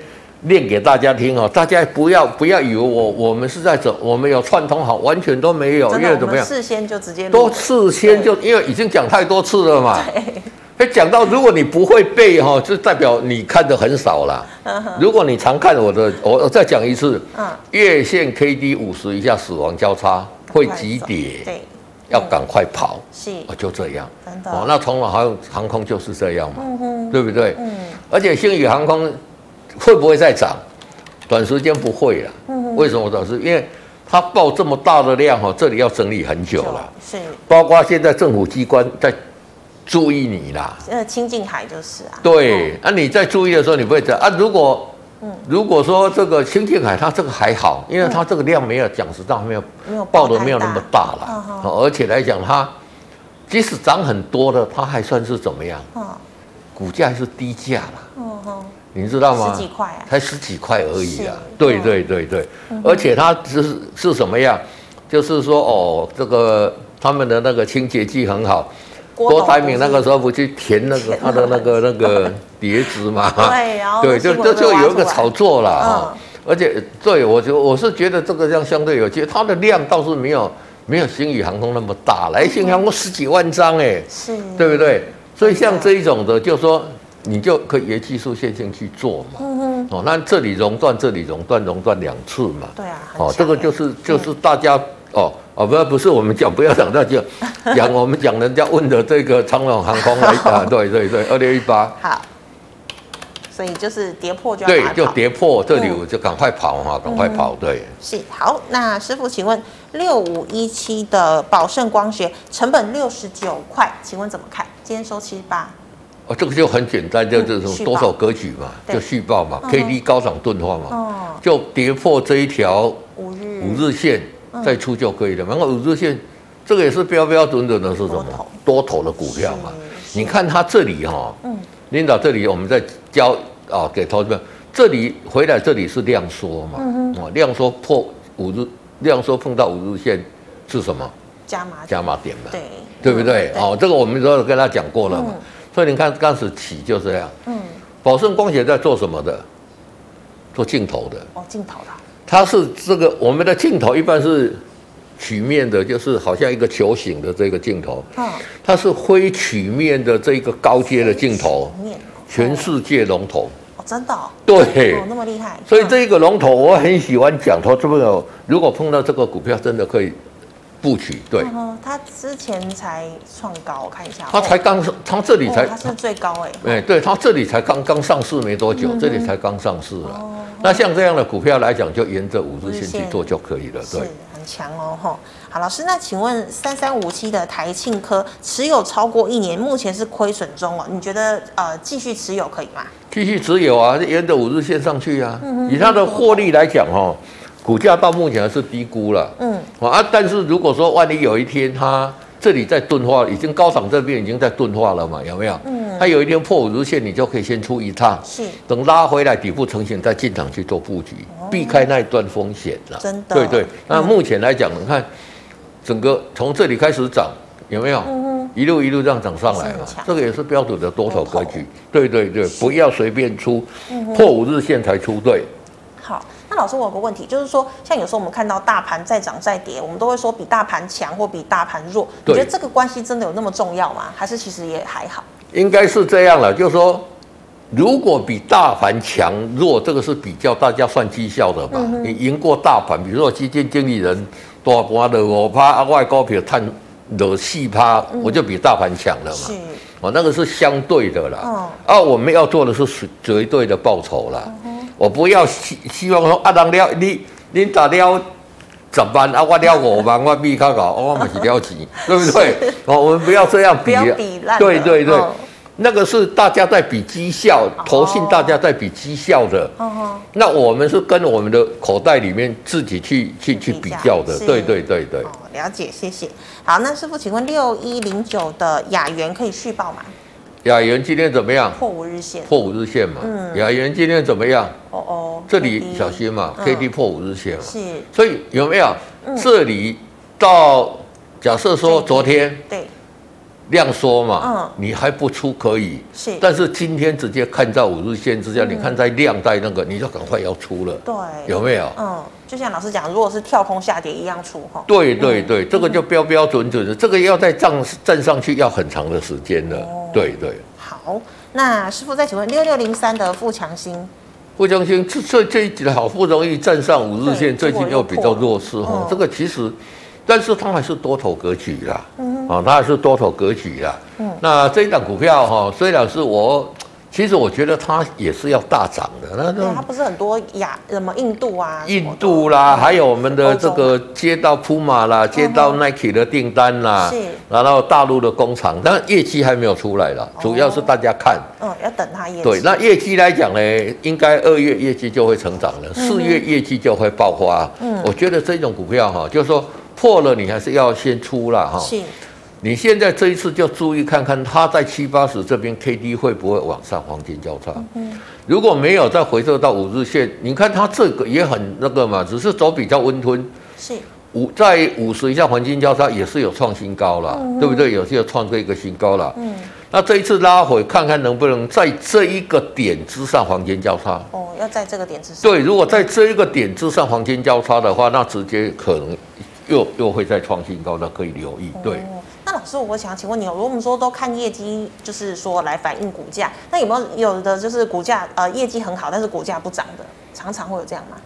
[SPEAKER 2] 念给大家听哦，大家不要不要以为我我们是在走，我们有串通好，完全都没有，
[SPEAKER 1] 真
[SPEAKER 2] 因
[SPEAKER 1] 的，
[SPEAKER 2] 为
[SPEAKER 1] 我
[SPEAKER 2] 怎么
[SPEAKER 1] 们
[SPEAKER 2] 样，
[SPEAKER 1] 事先就直接录
[SPEAKER 2] 都事先就因为已经讲太多次了嘛。
[SPEAKER 1] 嗯对，
[SPEAKER 2] 哎，讲到如果你不会背哈，就代表你看的很少啦。
[SPEAKER 1] 嗯哼
[SPEAKER 2] 如果你常看我的，我我再讲一次，
[SPEAKER 1] 嗯，
[SPEAKER 2] 月线 K D 五十以下死亡交叉会急
[SPEAKER 1] 快走嗯
[SPEAKER 2] 跌，
[SPEAKER 1] 对，
[SPEAKER 2] 要赶快跑，
[SPEAKER 1] 是
[SPEAKER 2] 哦，就这样。
[SPEAKER 1] 真的，
[SPEAKER 2] 哦，那从航空航空就是这样嘛，
[SPEAKER 1] 嗯哼，
[SPEAKER 2] 对不对？
[SPEAKER 1] 嗯，
[SPEAKER 2] 而且星宇航空会不会再涨？短时间不会了。
[SPEAKER 1] 嗯
[SPEAKER 2] 为什么短时间？因为它爆这么大的量哦，这里要整理很久了。
[SPEAKER 1] 是，
[SPEAKER 2] 包括现在政府机关在注意你啦。
[SPEAKER 1] 呃，清近海就是啊，
[SPEAKER 2] 对，啊，你在注意的时候，你不会这样啊。如果
[SPEAKER 1] 嗯
[SPEAKER 2] 如果说这个清静海它这个还好，因为它这个量没有讲实在话没有
[SPEAKER 1] 没有
[SPEAKER 2] 爆
[SPEAKER 1] 爆
[SPEAKER 2] 的
[SPEAKER 1] 太
[SPEAKER 2] 没有那
[SPEAKER 1] 大
[SPEAKER 2] 么大
[SPEAKER 1] 嗯
[SPEAKER 2] 啦
[SPEAKER 1] 哼，
[SPEAKER 2] 哦而且来讲它即使涨很多的，它还算是怎么样？
[SPEAKER 1] 嗯
[SPEAKER 2] 股价还是低价啦，
[SPEAKER 1] 嗯哼，
[SPEAKER 2] 你知道吗？
[SPEAKER 1] 十几块啊，
[SPEAKER 2] 才十几块而已啊
[SPEAKER 1] 是！
[SPEAKER 2] 对
[SPEAKER 1] 嗯
[SPEAKER 2] 对对对，而且它是是什么样？就是说哦，这个他们的那个清洁剂很好。郭
[SPEAKER 1] 董
[SPEAKER 2] 台铭
[SPEAKER 1] 不
[SPEAKER 2] 那
[SPEAKER 1] 是
[SPEAKER 2] 个时候不去填那个
[SPEAKER 1] 填
[SPEAKER 2] 他的那个那个碟子嘛？
[SPEAKER 1] 对然后
[SPEAKER 2] 对，就
[SPEAKER 1] 新闻
[SPEAKER 2] 就
[SPEAKER 1] 被
[SPEAKER 2] 就
[SPEAKER 1] 挖
[SPEAKER 2] 有一
[SPEAKER 1] 出
[SPEAKER 2] 个
[SPEAKER 1] 来
[SPEAKER 2] 炒作啦。哈
[SPEAKER 1] 嗯。
[SPEAKER 2] 而且对我就我是觉得这个量相对有机会，它的量倒是没有没有星宇航空那么大，来星宇航空十几万张哎、
[SPEAKER 1] 是，
[SPEAKER 2] 对不对？所以像
[SPEAKER 1] 嗯真的
[SPEAKER 2] 这一种的，就说你就可以沿技术线性去做嘛。
[SPEAKER 1] 嗯哼，
[SPEAKER 2] 哦，那这里熔断，这里熔断，熔断两次嘛。
[SPEAKER 1] 对啊，很
[SPEAKER 2] 哦，
[SPEAKER 1] 强
[SPEAKER 2] 这个
[SPEAKER 1] 欸
[SPEAKER 2] 就是就是大家哦哦，不不是我们讲不要讲那就讲我们讲人家问的这个长龙航空 来啊，对对对，二六一八，
[SPEAKER 1] 好，所以就是跌破就要嗯
[SPEAKER 2] 对
[SPEAKER 1] 马，上
[SPEAKER 2] 就
[SPEAKER 1] 跑
[SPEAKER 2] 跌破这里
[SPEAKER 1] 嗯
[SPEAKER 2] 我就赶快跑哈，赶快跑，对。
[SPEAKER 1] 是好，那师傅，请问六五一七的宝盛光学成本六十九块，请问怎么看？今天收七十八，
[SPEAKER 2] 哦，这个就很简单，就
[SPEAKER 1] 嗯
[SPEAKER 2] 这
[SPEAKER 1] 续
[SPEAKER 2] 种
[SPEAKER 1] 报
[SPEAKER 2] 多少格局嘛，
[SPEAKER 1] 对
[SPEAKER 2] 就续报嘛
[SPEAKER 1] 嗯哼
[SPEAKER 2] ，K D 高涨钝化嘛，
[SPEAKER 1] 哦，
[SPEAKER 2] 就跌破这一条
[SPEAKER 1] 五日
[SPEAKER 2] 五日线
[SPEAKER 1] 嗯
[SPEAKER 2] 再出就可以了嘛。那五日线这个也是标标准准的是什么？多头的股票嘛。
[SPEAKER 1] 是
[SPEAKER 2] 你，看它这里哈、哦，
[SPEAKER 1] 嗯，
[SPEAKER 2] 领导这里我们在教啊、给投资者，这里回来这里是量缩嘛，
[SPEAKER 1] 嗯
[SPEAKER 2] 哦，量缩破五日，量缩碰到五日线是什么？
[SPEAKER 1] 加码
[SPEAKER 2] 加码点嘛，
[SPEAKER 1] 对
[SPEAKER 2] 对不对？
[SPEAKER 1] 嗯
[SPEAKER 2] 哦，这个我们都有跟他讲过了嘛。
[SPEAKER 1] 嗯
[SPEAKER 2] 所以你看当时起就是这样，
[SPEAKER 1] 嗯，
[SPEAKER 2] 宝盛光学在做什么的？做镜头的，
[SPEAKER 1] 哦，镜头啦，
[SPEAKER 2] 它是这个我们的镜头一般是曲面的，就是好像一个球形的这个镜头，
[SPEAKER 1] 嗯，
[SPEAKER 2] 它是灰曲面的这个高阶的镜头，
[SPEAKER 1] 前面
[SPEAKER 2] 全世界龙头。
[SPEAKER 1] 哦，真的哦，
[SPEAKER 2] 对
[SPEAKER 1] 哦，，那么厉害，
[SPEAKER 2] 所以
[SPEAKER 1] 嗯
[SPEAKER 2] 这个龙头我很喜欢讲，投资朋友如果碰到这个股票，真的可以布局。对，
[SPEAKER 1] 嗯，他之前才创高，我看一下，哦
[SPEAKER 2] 它才刚，它这里才
[SPEAKER 1] 他，是最高哎，
[SPEAKER 2] 哎，对，它这里才刚刚上市没多久，
[SPEAKER 1] 嗯
[SPEAKER 2] 这里才刚上市
[SPEAKER 1] 哦
[SPEAKER 2] 啊。那像这样的股票来讲，就沿着五日线去做就可以了。
[SPEAKER 1] 是
[SPEAKER 2] 对，
[SPEAKER 1] 很强哦，吼。好，老师，那请问三三五七的台庆科持有超过一年，目前是亏损中哦，你觉得呃继续持有可以吗？
[SPEAKER 2] 继续持有啊，沿着五日线上去啊。
[SPEAKER 1] 嗯
[SPEAKER 2] 以它的获利来讲，哦，股价到目前还是低估了。
[SPEAKER 1] 嗯，
[SPEAKER 2] 哦啊，但是如果说万一有一天它这里在钝化，已经高档这边已经在钝化了嘛，有没有？
[SPEAKER 1] 嗯
[SPEAKER 2] 它有一天破五日线，你就可以先出一趟，
[SPEAKER 1] 是
[SPEAKER 2] 等拉回来底部成型再进场去做布局，避开那一段风险了。
[SPEAKER 1] 哦真的
[SPEAKER 2] 对对
[SPEAKER 1] 嗯。
[SPEAKER 2] 那目前来讲，你看整个从这里开始涨，有没有？
[SPEAKER 1] 嗯
[SPEAKER 2] 一路一路这样涨上来
[SPEAKER 1] 是
[SPEAKER 2] 嘛
[SPEAKER 1] 很强，
[SPEAKER 2] 这个也是标准的多头
[SPEAKER 1] 多
[SPEAKER 2] 格
[SPEAKER 1] 嗯
[SPEAKER 2] 局。对对对，不要随便出，破五日线才出对。
[SPEAKER 1] 好，那老师我有个问题，就是说像有时候我们看到大盘再涨再跌，我们都会说比大盘强或比大盘弱，你
[SPEAKER 2] 对
[SPEAKER 1] 觉得这个关系真的有那么重要吗？还是其实也还好？
[SPEAKER 2] 应该是这样了，就是说，如果比大盘强弱，这个是比较大家算绩效的嘛。你赢过大盘，比如说基金经理人大盘的五趴，啊，外股票探的四趴，我就比大盘强了嘛
[SPEAKER 1] 是。，
[SPEAKER 2] 哦，那个是相对的啦。
[SPEAKER 1] 嗯
[SPEAKER 2] 啊，我们要做的是绝绝对的报酬啦。
[SPEAKER 1] 嗯
[SPEAKER 2] 我不要希希望说啊，人了你你打了十万啊，我了五万，我比较高，哦我们是了钱，对不对？哦，我们不要这样比啊，
[SPEAKER 1] 不要比烂了
[SPEAKER 2] 对对对。
[SPEAKER 1] 嗯
[SPEAKER 2] 那个是大家在比绩效，
[SPEAKER 1] 哦
[SPEAKER 2] 投信大家在比绩效的，
[SPEAKER 1] 嗯哼，
[SPEAKER 2] 那我们是跟我们的口袋里面自己去去
[SPEAKER 1] 去
[SPEAKER 2] 去
[SPEAKER 1] 比
[SPEAKER 2] 比
[SPEAKER 1] 较
[SPEAKER 2] 较的，
[SPEAKER 1] 是
[SPEAKER 2] 对对对对
[SPEAKER 1] 哦。，了解，谢谢。好，那师傅，请问六一零九的雅元可以续报吗？
[SPEAKER 2] 雅元今天怎么样？
[SPEAKER 1] 破五日线，
[SPEAKER 2] 破五日线嘛
[SPEAKER 1] 嗯。
[SPEAKER 2] 雅元今天怎么样？
[SPEAKER 1] 哦哦，
[SPEAKER 2] 这
[SPEAKER 1] 最
[SPEAKER 2] 里
[SPEAKER 1] 低
[SPEAKER 2] 小心嘛
[SPEAKER 1] 嗯
[SPEAKER 2] ，K D 破五日线嘛，
[SPEAKER 1] 是，嗯
[SPEAKER 2] 所以有没有？这里到假设说
[SPEAKER 1] 最低
[SPEAKER 2] 昨天
[SPEAKER 1] 对，
[SPEAKER 2] 量缩嘛，
[SPEAKER 1] 嗯
[SPEAKER 2] 你还不出可以，
[SPEAKER 1] 是
[SPEAKER 2] 但是今天直接看在五日线之下，你看在量在那个，你就赶快要出了，
[SPEAKER 1] 嗯对，
[SPEAKER 2] 有没有？
[SPEAKER 1] 嗯，就像老师讲，如果是跳空下跌一样出哈，
[SPEAKER 2] 对对
[SPEAKER 1] 嗯
[SPEAKER 2] 对，这个就标标准准的，这个要再站站上去要很长的时间了。
[SPEAKER 1] 哦
[SPEAKER 2] 对对，
[SPEAKER 1] 好，那师傅再请问六六零三的富强新，
[SPEAKER 2] 傅将军这这这一集好不容易站上五日
[SPEAKER 1] 对
[SPEAKER 2] 线，最
[SPEAKER 1] 结果
[SPEAKER 2] 近
[SPEAKER 1] 又
[SPEAKER 2] 又比较
[SPEAKER 1] 破了
[SPEAKER 2] 弱势哈、
[SPEAKER 1] 嗯
[SPEAKER 2] 这个其实，但是它还是多头格局啦，嗯，啊，它还是多头格局啦。
[SPEAKER 1] 嗯
[SPEAKER 2] 那这一档股票哈、虽然是我，其实我觉得它也是要大涨的，那
[SPEAKER 1] 对啊，
[SPEAKER 2] 那
[SPEAKER 1] 它不是很多亚什么印度啊，
[SPEAKER 2] 印度啦，还有我们的这
[SPEAKER 1] 欧
[SPEAKER 2] 个接到 Puma 啦，接到 Nike 的订单啦，
[SPEAKER 1] 嗯是
[SPEAKER 2] 然后大陆的工厂，但业绩还没有出来啦，
[SPEAKER 1] 哦
[SPEAKER 2] 主要是大家看。
[SPEAKER 1] 嗯，要等它业绩
[SPEAKER 2] 对，那业绩来讲呢，应该二月业绩就会成长了，四月业绩就会爆发。
[SPEAKER 1] 嗯
[SPEAKER 2] 我觉得这种股票哈，就是说破了你还是要先出了哈。
[SPEAKER 1] 是
[SPEAKER 2] 你现在这一次就注意看看它在七八十这边 K D 会不会往上黄金交叉。
[SPEAKER 1] 嗯
[SPEAKER 2] 如果没有再回撤到五日线，你看它这个也很那个嘛，只是走比较温吞。
[SPEAKER 1] 是，
[SPEAKER 2] 五在五十以下黄金交叉也是有创新高啦，对不对？有些有创这一个新高啦。
[SPEAKER 1] 嗯，
[SPEAKER 2] 那这一次拉回，看看能不能在这一个点之上黄金交叉。
[SPEAKER 1] 哦，要在这个点之上，
[SPEAKER 2] 对，如果在这一个点之上黄金交叉的话，那直接可能又又会再创新高，那可以留意。对，
[SPEAKER 1] 哦。那老师，我想请问你哦，如果我们说都看业绩，就是说来反映股价，那有没有有的就是股价呃业绩很好，但是股价不涨的，常常会有这样吗？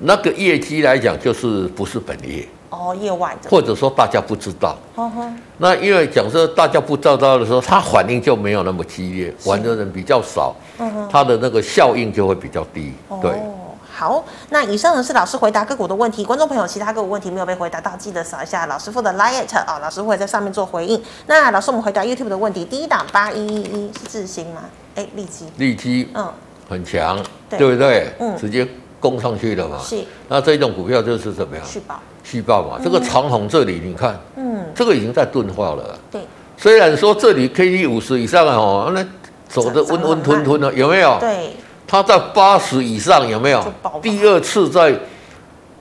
[SPEAKER 2] 那个业绩来讲就是不是本业，
[SPEAKER 1] 哦，业外的，
[SPEAKER 2] 或者说大家不知道。
[SPEAKER 1] 呵呵，
[SPEAKER 2] 那因为讲说大家不知道的时候，它反应就没有那么激烈，
[SPEAKER 1] 是
[SPEAKER 2] 玩的人比较少，
[SPEAKER 1] 嗯哼，
[SPEAKER 2] 它的那个效应就会比较低。对。
[SPEAKER 1] 哦，好，那以上呢是老师回答个股的问题，观众朋友其他个股问题没有被回答到，记得扫一下老师傅的 liet 啊、老师会在上面做回应。那老师，我们回答 YouTube 的问题，第一档八一一一是智新吗？哎，利基，
[SPEAKER 2] 利基
[SPEAKER 1] 嗯，
[SPEAKER 2] 很强，
[SPEAKER 1] 对
[SPEAKER 2] 不对？
[SPEAKER 1] 嗯
[SPEAKER 2] 直接攻上去了嘛。
[SPEAKER 1] 是
[SPEAKER 2] 那这种股票就是怎么样？
[SPEAKER 1] 续保，
[SPEAKER 2] 虚报嘛。这个长虹这里你看，
[SPEAKER 1] 嗯，
[SPEAKER 2] 这个已经在钝化了。
[SPEAKER 1] 对，
[SPEAKER 2] 虽然说这里 K D 五十以上哦，那走的温温吞吞的，有没有？
[SPEAKER 1] 对，
[SPEAKER 2] 它在八十以上有没有
[SPEAKER 1] 就爆发？
[SPEAKER 2] 第二次在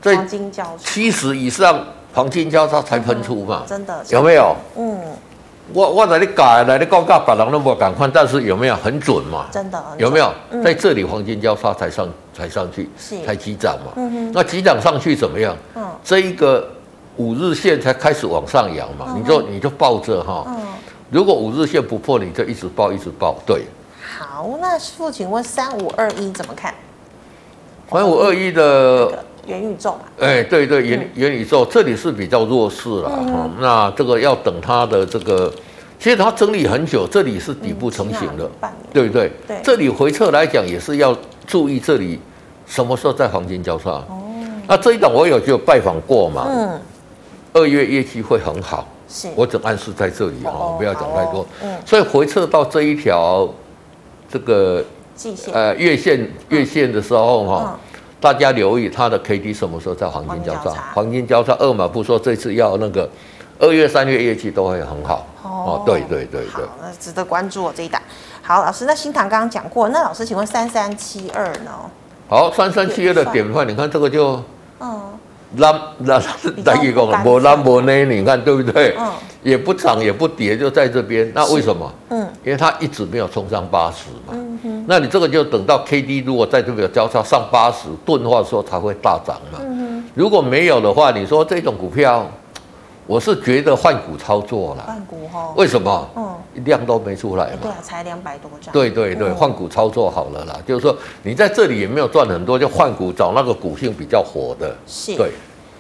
[SPEAKER 2] 在
[SPEAKER 1] 黄金交叉，
[SPEAKER 2] 七十以上黄金交叉才喷出嘛，
[SPEAKER 1] 真的是
[SPEAKER 2] 有没有？
[SPEAKER 1] 嗯，
[SPEAKER 2] 我我来你改来你告告把人那么赶快，但是有没有很准嘛？
[SPEAKER 1] 真的很
[SPEAKER 2] 有没有
[SPEAKER 1] 嗯
[SPEAKER 2] 在这里黄金交叉才上才上去
[SPEAKER 1] 是，
[SPEAKER 2] 才急涨嘛？
[SPEAKER 1] 嗯哼
[SPEAKER 2] 那急涨上去怎么样？
[SPEAKER 1] 嗯
[SPEAKER 2] 这一个五日线才开始往上扬嘛，
[SPEAKER 1] 嗯
[SPEAKER 2] 你就你就抱着哈，
[SPEAKER 1] 嗯，
[SPEAKER 2] 如果五日线不破，你就一直抱一直抱。对，
[SPEAKER 1] 好，那师傅，请问三五二一怎么看？
[SPEAKER 2] 反正我二一
[SPEAKER 1] 这
[SPEAKER 2] 的
[SPEAKER 1] 嗯个，嗯元宇宙嘛，
[SPEAKER 2] 哎，对对，元元宇宙这里是比较弱势了
[SPEAKER 1] 嗯
[SPEAKER 2] 哈，那这个要等它的这个，其实它整理很久，这里是底部成型
[SPEAKER 1] 了
[SPEAKER 2] 了，，
[SPEAKER 1] 嗯半年，
[SPEAKER 2] 对不对？
[SPEAKER 1] 对
[SPEAKER 2] 这里回撤来讲也是要注意这里什么时候在黄金交叉。
[SPEAKER 1] 哦，
[SPEAKER 2] 那这一档我有就拜访过嘛，
[SPEAKER 1] 嗯，
[SPEAKER 2] 二月业绩会很好，
[SPEAKER 1] 是，
[SPEAKER 2] 我只暗示在这里哈、
[SPEAKER 1] 哦
[SPEAKER 2] 不要讲太
[SPEAKER 1] 好
[SPEAKER 2] 多。
[SPEAKER 1] 哦嗯
[SPEAKER 2] 所以回撤到这一条这个
[SPEAKER 1] 季线，
[SPEAKER 2] 呃月线月线的时候哈、
[SPEAKER 1] 嗯。
[SPEAKER 2] 大家留意它的 K D 什么时候在黄金
[SPEAKER 1] 黄
[SPEAKER 2] 交
[SPEAKER 1] 金
[SPEAKER 2] 叉
[SPEAKER 1] 交叉？
[SPEAKER 2] 黄金交叉，二马不说这次要那个二月三月业绩都会很好
[SPEAKER 1] 哦
[SPEAKER 2] 对对对
[SPEAKER 1] 好
[SPEAKER 2] 对，，
[SPEAKER 1] 那值得关注哦这一档。好，老师，那新堂刚刚讲过，那老师请问三三七二呢？
[SPEAKER 2] 好，三三七二的
[SPEAKER 1] 典
[SPEAKER 2] 典范，你看这个就。
[SPEAKER 1] 嗯，
[SPEAKER 2] 拉拉
[SPEAKER 1] 较
[SPEAKER 2] 拉一
[SPEAKER 1] 不
[SPEAKER 2] 个
[SPEAKER 1] 敢
[SPEAKER 2] 无拉无呢，你看对不对？
[SPEAKER 1] 嗯
[SPEAKER 2] 也不涨也不跌，就在这边。那为什么？
[SPEAKER 1] 嗯，
[SPEAKER 2] 因为它一直没有冲上八十嘛。那你这个就等到 K D 如果在这个交叉上八十钝化的时候才会大涨嘛。如果没有的话，你说这种股票，我是觉得换股操作啦。
[SPEAKER 1] 万股哈，
[SPEAKER 2] 为什么？
[SPEAKER 1] 嗯，
[SPEAKER 2] 量都没出来
[SPEAKER 1] 哎对
[SPEAKER 2] 嘛。
[SPEAKER 1] 啊，才两百多张。
[SPEAKER 2] 对对对，
[SPEAKER 1] 嗯
[SPEAKER 2] 换股操作好了啦，就是说你在这里也没有赚很多，就换股找那个股性比较火的。
[SPEAKER 1] 是
[SPEAKER 2] 对。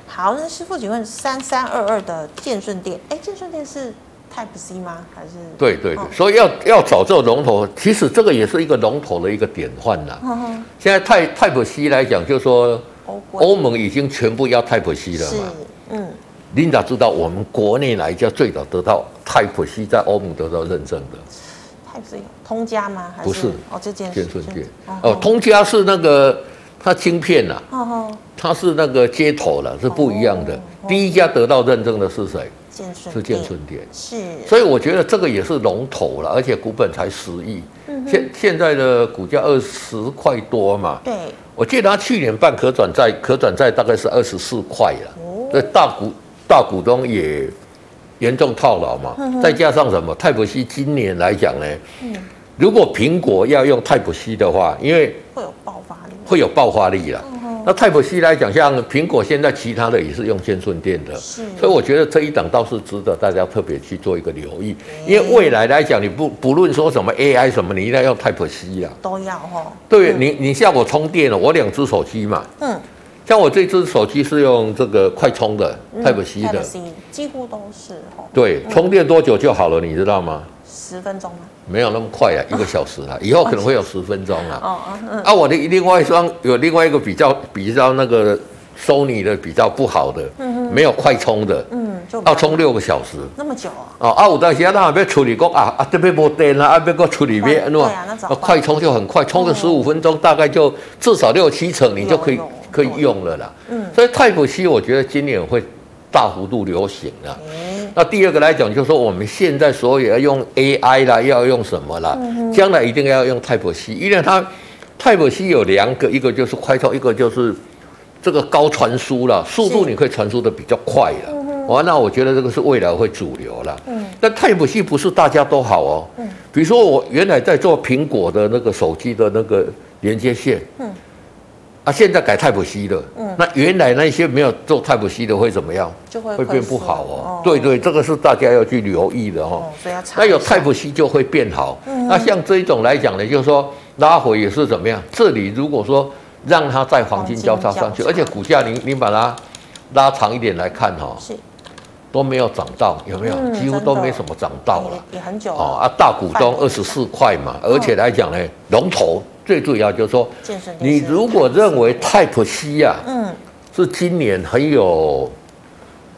[SPEAKER 1] 好，那师傅请问三三二二的建顺店，哎，建顺店是 Type C 吗？还是？
[SPEAKER 2] 对对对
[SPEAKER 1] 嗯，
[SPEAKER 2] 所以要要找这个龙头，其实这个也是一个龙头的一个典范啦。
[SPEAKER 1] 嗯哼，
[SPEAKER 2] 现在泰泰普西来讲，就是说
[SPEAKER 1] 欧规
[SPEAKER 2] 欧盟已经全部要泰普西了
[SPEAKER 1] 是
[SPEAKER 2] 嘛。，
[SPEAKER 1] 嗯，
[SPEAKER 2] Linda 知道，我们国内哪一家最早得到泰普西在欧盟得到认证的？
[SPEAKER 1] Type C 通家吗？还
[SPEAKER 2] 不是
[SPEAKER 1] 哦，这件
[SPEAKER 2] 建顺店
[SPEAKER 1] 哦
[SPEAKER 2] 哦，，通家是那个它晶片啦，
[SPEAKER 1] 哦哦，
[SPEAKER 2] 它是那个接头了，是不一样的
[SPEAKER 1] 哦。
[SPEAKER 2] 第一家得到认证的是谁？
[SPEAKER 1] 建顺
[SPEAKER 2] 是
[SPEAKER 1] 店
[SPEAKER 2] 建顺店。
[SPEAKER 1] 是，
[SPEAKER 2] 所以我觉得这个也是龙头了，而且股本才十亿，现现在的股价二十块多嘛，
[SPEAKER 1] 对，
[SPEAKER 2] 我记得它去年办可转债，可转债大概是二十四块了
[SPEAKER 1] 哦，
[SPEAKER 2] 那大股大股东也严重套牢嘛，再加上什么泰普西今年来讲呢，如果苹果要用泰普西的话，因为
[SPEAKER 1] 会有爆发力。
[SPEAKER 2] 会有爆发力啦。那泰普西来讲，像苹果现在其他的也是用先顺电的，
[SPEAKER 1] 是
[SPEAKER 2] 所以我觉得这一档倒是值得大家特别去做一个留意，因为未来来讲，你不不论说什么 AI 什么，你一定要用泰普西啦。
[SPEAKER 1] 都要哦。
[SPEAKER 2] 啊对你，你像我充电了，我两只手机嘛，
[SPEAKER 1] 嗯，
[SPEAKER 2] 像我这只手机是用这个快充的
[SPEAKER 1] 嗯
[SPEAKER 2] 泰普西
[SPEAKER 1] Type
[SPEAKER 2] 的，
[SPEAKER 1] C 几乎都是哦，
[SPEAKER 2] 对，充电多久就好了，你知道吗？
[SPEAKER 1] 十分钟啊。
[SPEAKER 2] 没有那么快啊，一个小时啊，以后可能会有十分钟啊。
[SPEAKER 1] 哦哦，嗯
[SPEAKER 2] 啊，我的另外一双有另外一个比较比较那个 Sony 的比较不好的，没有快充的，
[SPEAKER 1] 嗯，就
[SPEAKER 2] 要充六个小时。
[SPEAKER 1] 那么久啊。
[SPEAKER 2] 哦，啊，有当时啊，那要处理讲啊啊，这边没电啦，啊，要搁处理
[SPEAKER 1] 对
[SPEAKER 2] 边，
[SPEAKER 1] 对啊那怎么办
[SPEAKER 2] 哦
[SPEAKER 1] 嗯
[SPEAKER 2] 快充就很快，充个十五分钟，大概就至少六七成，你就可以
[SPEAKER 1] 哦有有
[SPEAKER 2] 可以用了啦。
[SPEAKER 1] 嗯
[SPEAKER 2] 所以泰普西我觉得今年会大幅度流行
[SPEAKER 1] 嗯
[SPEAKER 2] 啊。
[SPEAKER 1] 诶，
[SPEAKER 2] 那第二个来讲，就是说我们现在所有要用 AI 啦，要用什么啦，
[SPEAKER 1] 嗯
[SPEAKER 2] 将来一定要用泰普西，因为它泰普西有两个，一个就是快充，一个就是这个高传输啦，速度
[SPEAKER 1] 是
[SPEAKER 2] 你可以传输的比较快了。哦，那我觉得这个是未来会主流啦。
[SPEAKER 1] 嗯，
[SPEAKER 2] 但泰普系不是大家都好哦。
[SPEAKER 1] 嗯，
[SPEAKER 2] 比如说我原来在做苹果的那个手机的那个连接线，
[SPEAKER 1] 嗯，
[SPEAKER 2] 啊，现在改泰普西了。
[SPEAKER 1] 嗯
[SPEAKER 2] 那原来那些没有做泰普西的会怎么样？
[SPEAKER 1] 就会
[SPEAKER 2] 会
[SPEAKER 1] 快
[SPEAKER 2] 变
[SPEAKER 1] 速
[SPEAKER 2] 不好哦。
[SPEAKER 1] 哦
[SPEAKER 2] 对对，这个是大家要去留意的哦
[SPEAKER 1] 哦。，所以要查
[SPEAKER 2] 那
[SPEAKER 1] 一下。
[SPEAKER 2] 有泰普西就会变好。
[SPEAKER 1] 嗯
[SPEAKER 2] 那像这一种来讲呢，就是说拉回也是怎么样？这里如果说让它在黄金交叉上去，
[SPEAKER 1] 黄
[SPEAKER 2] 而
[SPEAKER 1] 金交叉
[SPEAKER 2] 且股价你你把它拉长一点来看哈、哦，
[SPEAKER 1] 是
[SPEAKER 2] 都没有涨到，有没有？
[SPEAKER 1] 嗯
[SPEAKER 2] 几乎
[SPEAKER 1] 真
[SPEAKER 2] 都
[SPEAKER 1] 的
[SPEAKER 2] 没什么涨到了。
[SPEAKER 1] 也也很久
[SPEAKER 2] 哦
[SPEAKER 1] 了。
[SPEAKER 2] 啊，大股东
[SPEAKER 1] 反
[SPEAKER 2] 二十四块嘛，而且来讲呢，
[SPEAKER 1] 嗯
[SPEAKER 2] 龙头最主要就是说，
[SPEAKER 1] 健身电
[SPEAKER 2] 你
[SPEAKER 1] 视
[SPEAKER 2] 如果认为泰普西啊
[SPEAKER 1] 嗯，
[SPEAKER 2] 是今年很有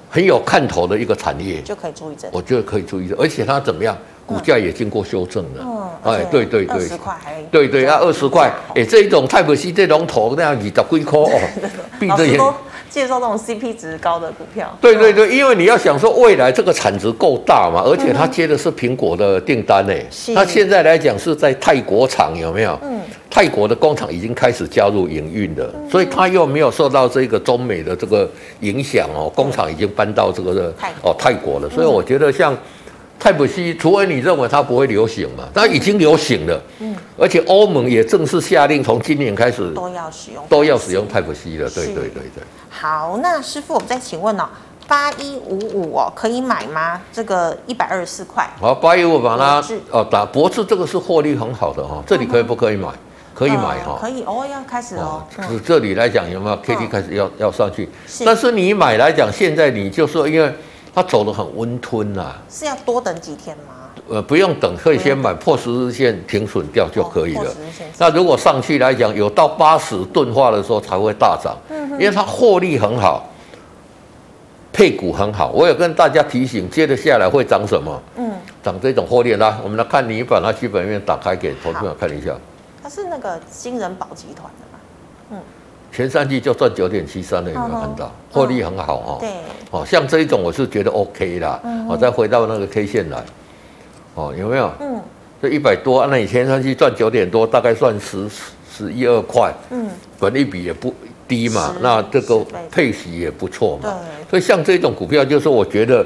[SPEAKER 2] 很有看头的一个产业，
[SPEAKER 1] 就可以注意这。
[SPEAKER 2] 我觉得可以注意的，而且它怎么样，股价也经过修正
[SPEAKER 1] 嗯
[SPEAKER 2] 了。，哎，对对
[SPEAKER 1] 二
[SPEAKER 2] 对
[SPEAKER 1] 十，块还
[SPEAKER 2] 对对，要二十块。
[SPEAKER 1] 哎，
[SPEAKER 2] 哎，这一种泰普西这龙头那样二十几块 哦，闭
[SPEAKER 1] 老
[SPEAKER 2] 着
[SPEAKER 1] 师
[SPEAKER 2] 眼。
[SPEAKER 1] 都介绍这种 CP 值高的股票。
[SPEAKER 2] 对对对，因为你要想说未来这个产值够大嘛，而且它接的是苹果的订单呢
[SPEAKER 1] 嗯是。
[SPEAKER 2] 它现在来讲是在泰国厂有没有？
[SPEAKER 1] 嗯，
[SPEAKER 2] 泰国的工厂已经开始加入营运了，所以它又没有受到这个中美的这个影响哦，工厂已经搬到这个
[SPEAKER 1] 泰国嗯
[SPEAKER 2] 哦泰国了，所以我觉得像。泰普西，除非你认为它不会流行嘛，它已经流行了，嗯，而且欧盟也正式下令，从今年开始
[SPEAKER 1] 都要使用，
[SPEAKER 2] 都要使用泰普西了，对
[SPEAKER 1] 是
[SPEAKER 2] 对对对。
[SPEAKER 1] 好，那师傅，我们再请问哦，八一五五哦，可以买吗？这个一百二十四块，
[SPEAKER 2] 好，八一五把它
[SPEAKER 1] 博智
[SPEAKER 2] 哦打博智这个是获利很好的哈、哦，这里可以不可以买？可以买
[SPEAKER 1] 呃
[SPEAKER 2] 哈、
[SPEAKER 1] 可以哦，要开始
[SPEAKER 2] 哦
[SPEAKER 1] 哦，，
[SPEAKER 2] 这这里来讲有没有 K D
[SPEAKER 1] 嗯
[SPEAKER 2] 开始要要上去？
[SPEAKER 1] 是
[SPEAKER 2] 但是你买来讲，现在你就说，因为它走得很温吞呐、
[SPEAKER 1] 是要多等几天吗？
[SPEAKER 2] 呃，不用等，可以先买破十日线停损掉就可以
[SPEAKER 1] 哦
[SPEAKER 2] 了
[SPEAKER 1] 或。者是先
[SPEAKER 2] 那如果上去来讲，有到八十钝化的时候才会大涨，
[SPEAKER 1] 嗯
[SPEAKER 2] 因为它获利很好，配股很好。我有跟大家提醒，接着下来会涨什么？
[SPEAKER 1] 嗯，
[SPEAKER 2] 涨这种获利来，我们来看你把它基本面打开给投资者看一下，
[SPEAKER 1] 它是那个金人宝集团的嘛？
[SPEAKER 2] 前三季就赚九点七三了，有没有看
[SPEAKER 1] 嗯
[SPEAKER 2] 到
[SPEAKER 1] 哼？
[SPEAKER 2] 获利很好哦。
[SPEAKER 1] 对，
[SPEAKER 2] 哦，像这一种我是觉得 OK 啦。我、再回到那个 K 线来，哦，有没有？
[SPEAKER 1] 嗯
[SPEAKER 2] 这一百多，啊那你前三季赚九点多，大概算十十一二块，
[SPEAKER 1] 嗯，
[SPEAKER 2] 本利比也不低嘛
[SPEAKER 1] 十，
[SPEAKER 2] 那这个
[SPEAKER 1] 十倍
[SPEAKER 2] 配息也不错嘛。
[SPEAKER 1] 对
[SPEAKER 2] 所以像这种股票，就是我觉得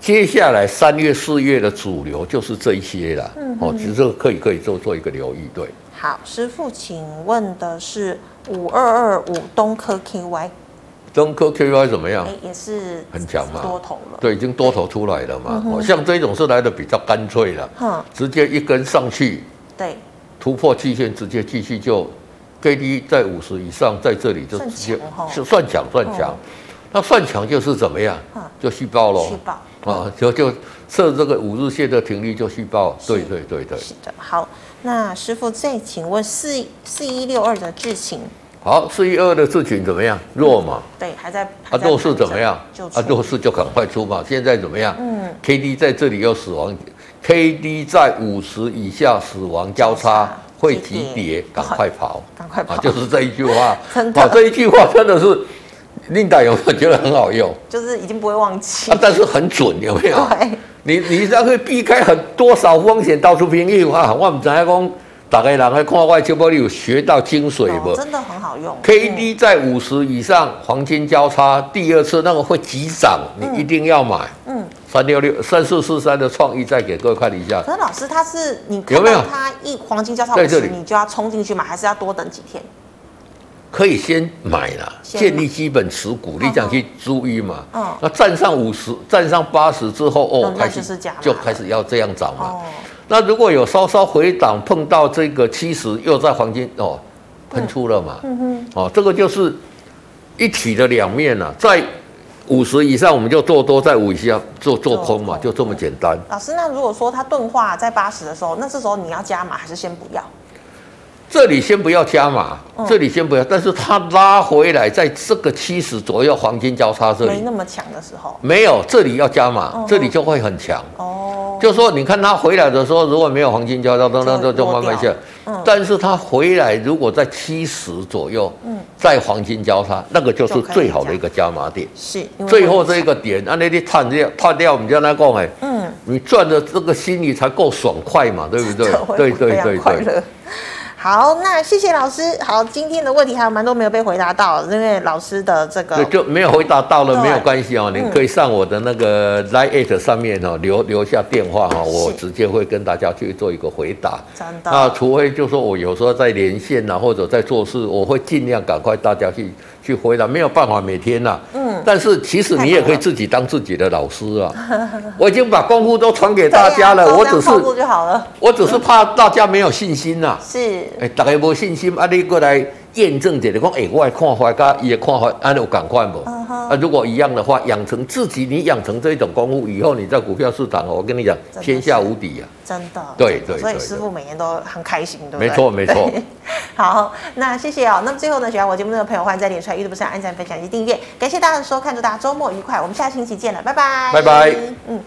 [SPEAKER 2] 接下来三月、四月的主流就是这一些啦。
[SPEAKER 1] 嗯
[SPEAKER 2] 哦，其实这个可以可以做做一个留意，对。
[SPEAKER 1] 好，师傅，请问的是五二二五东科 KY，
[SPEAKER 2] 中科 QY 怎么样
[SPEAKER 1] 哎？，也是
[SPEAKER 2] 啊很强嘛
[SPEAKER 1] 多头了，
[SPEAKER 2] 对，已经多头出来
[SPEAKER 1] 嗯
[SPEAKER 2] 了嘛。哦，像这种是来的比较干脆了，
[SPEAKER 1] 哼，
[SPEAKER 2] 直接一根上去
[SPEAKER 1] 对，
[SPEAKER 2] 突破季线，直接继续就 K D 在五十以上，在这里就
[SPEAKER 1] 算
[SPEAKER 2] 直接
[SPEAKER 1] 强哦
[SPEAKER 2] 是算强算强
[SPEAKER 1] 嗯。
[SPEAKER 2] 那算强就是怎么样
[SPEAKER 1] 嗯？
[SPEAKER 2] 就续报喽
[SPEAKER 1] 续。报。
[SPEAKER 2] 啊，就就设这个五日线的停率就续报。对
[SPEAKER 1] 是
[SPEAKER 2] 对对对。
[SPEAKER 1] 是的，好，那师傅再请问四四一六二的智勤，
[SPEAKER 2] 好，四一二的事情怎么样？弱嘛。
[SPEAKER 1] 对，还在还
[SPEAKER 2] 啊，
[SPEAKER 1] 在
[SPEAKER 2] 弱势
[SPEAKER 1] 盘
[SPEAKER 2] 怎么
[SPEAKER 1] 整
[SPEAKER 2] 样？
[SPEAKER 1] 就
[SPEAKER 2] 啊，
[SPEAKER 1] 出
[SPEAKER 2] 弱势就赶快出嘛。现在怎么样？
[SPEAKER 1] 嗯
[SPEAKER 2] ，K D 在这里又死亡，K D 在五十以下死亡交
[SPEAKER 1] 交
[SPEAKER 2] 叉
[SPEAKER 1] 叉
[SPEAKER 2] 会
[SPEAKER 1] 急
[SPEAKER 2] 急
[SPEAKER 1] 跌
[SPEAKER 2] 跌，赶快跑，
[SPEAKER 1] 赶快跑
[SPEAKER 2] 啊，就是这一句话
[SPEAKER 1] 真。的
[SPEAKER 2] 啊，这一句话真的是令大有没有觉得很好用啊
[SPEAKER 1] 就是已经不会忘记
[SPEAKER 2] 啊？，但啊是很准，有没有？
[SPEAKER 1] 对，
[SPEAKER 2] 你你才会避开很多少风险，到处拼命啊！我们知影讲，大家人来看外直播，你有学到精髓
[SPEAKER 1] 哦
[SPEAKER 2] 不？
[SPEAKER 1] 真的很好用
[SPEAKER 2] K D 在五十以上，黄金交叉第二次那个会急涨，你一定要买。
[SPEAKER 1] 嗯，
[SPEAKER 2] 三六六三四四三的创意再给各位看一下，
[SPEAKER 1] 可是老师，他是你
[SPEAKER 2] 有
[SPEAKER 1] 看
[SPEAKER 2] 没有
[SPEAKER 1] 到他一黄金交叉
[SPEAKER 2] 在
[SPEAKER 1] 五
[SPEAKER 2] 这
[SPEAKER 1] 十，
[SPEAKER 2] 里
[SPEAKER 1] 你就要冲进去买，还是要多等几天？
[SPEAKER 2] 可以先买啦，
[SPEAKER 1] 先买
[SPEAKER 2] 建立基本持股，你想去注意嘛？
[SPEAKER 1] 嗯
[SPEAKER 2] 那站上五十，站上八十之后，哦，
[SPEAKER 1] 那
[SPEAKER 2] 开
[SPEAKER 1] 就
[SPEAKER 2] 始
[SPEAKER 1] 是加码
[SPEAKER 2] 就开始要这样涨嘛。
[SPEAKER 1] 哦，
[SPEAKER 2] 那如果有稍稍回档，碰到这个七十，又在黄金哦喷出了嘛，
[SPEAKER 1] 嗯哼，
[SPEAKER 2] 哦，这个就是一体的两面了、在五十以上我们就做多，在五以下做做空嘛，就这么简单。
[SPEAKER 1] 老师，那如果说它钝化在八十的时候，那这时候你要加码还是先不要？
[SPEAKER 2] 这里先不要加码，
[SPEAKER 1] 嗯
[SPEAKER 2] 这里先不要，但是它拉回来，在这个七十左右黄金交叉这
[SPEAKER 1] 没
[SPEAKER 2] 里
[SPEAKER 1] 那么强的时候，
[SPEAKER 2] 没有，这里要加
[SPEAKER 1] 嗯
[SPEAKER 2] 码
[SPEAKER 1] 嗯，
[SPEAKER 2] 这里就会很强。
[SPEAKER 1] 哦，
[SPEAKER 2] 就说你看它回来的时候，如果没有黄金交叉，那那
[SPEAKER 1] 就会
[SPEAKER 2] 那就慢慢
[SPEAKER 1] 落
[SPEAKER 2] 下
[SPEAKER 1] 掉。嗯
[SPEAKER 2] 但是它回来如果在七十左右，
[SPEAKER 1] 嗯
[SPEAKER 2] 在黄金交叉，那个就是
[SPEAKER 1] 就可以
[SPEAKER 2] 最好的一个加码点。
[SPEAKER 1] 是因为
[SPEAKER 2] 最后这个点，啊按那你探掉探掉，我们叫他讲哎，
[SPEAKER 1] 嗯，
[SPEAKER 2] 你赚的这个心里才够爽快嘛，对不 对
[SPEAKER 1] 这会？
[SPEAKER 2] 对
[SPEAKER 1] 非
[SPEAKER 2] 对
[SPEAKER 1] 常
[SPEAKER 2] 对
[SPEAKER 1] 快
[SPEAKER 2] 对。
[SPEAKER 1] 乐。好，那谢谢老师。好，今天的问题还有蛮多没有被回答到，因为老师的这个
[SPEAKER 2] 对，就没有回答到了，
[SPEAKER 1] 对嗯
[SPEAKER 2] 没有关系哦，您可以上我的那个 Line at 上面哦，留留下电话哈、哦，我
[SPEAKER 1] 是
[SPEAKER 2] 直接会跟大家去做一个回答。
[SPEAKER 1] 真的
[SPEAKER 2] 那除非就说我有时候在连线呐、啊，或者在做事，我会尽量赶快大家去去回答，没有办法每天呐、
[SPEAKER 1] 嗯
[SPEAKER 2] 但是其实你也可以自己当自己的老师 啊，我已经把功夫都传给
[SPEAKER 1] 对啊
[SPEAKER 2] 大
[SPEAKER 1] 呀
[SPEAKER 2] 家了，
[SPEAKER 1] 照
[SPEAKER 2] 我
[SPEAKER 1] 这样
[SPEAKER 2] 只是
[SPEAKER 1] 操作就好了。
[SPEAKER 2] 我只是怕大家没有信心呐、
[SPEAKER 1] 是，
[SPEAKER 2] 哎、大家无信心，啊，你过来验证一下，讲，哎、我的看法甲伊的看法，安有赶快不？
[SPEAKER 1] 嗯哼
[SPEAKER 2] 啊，如果一样的话，养成自己，你养成这种功夫以后，你在股票市场，哦，我跟你讲，
[SPEAKER 1] 真的是
[SPEAKER 2] 天下无敌啊！
[SPEAKER 1] 真的，
[SPEAKER 2] 对
[SPEAKER 1] 真的
[SPEAKER 2] 对
[SPEAKER 1] 所以
[SPEAKER 2] 对
[SPEAKER 1] 师
[SPEAKER 2] 对
[SPEAKER 1] 傅每年都很开心，对不对？
[SPEAKER 2] 没错没错
[SPEAKER 1] 对。 好，那谢谢哦。那么最后呢，喜欢我节目的朋友，欢迎在脸书、YouTube 上按赞、分享及订阅。感谢大家的收看，祝大家周末愉快。我们下星期见了，拜拜。
[SPEAKER 2] 拜拜
[SPEAKER 1] 嗯。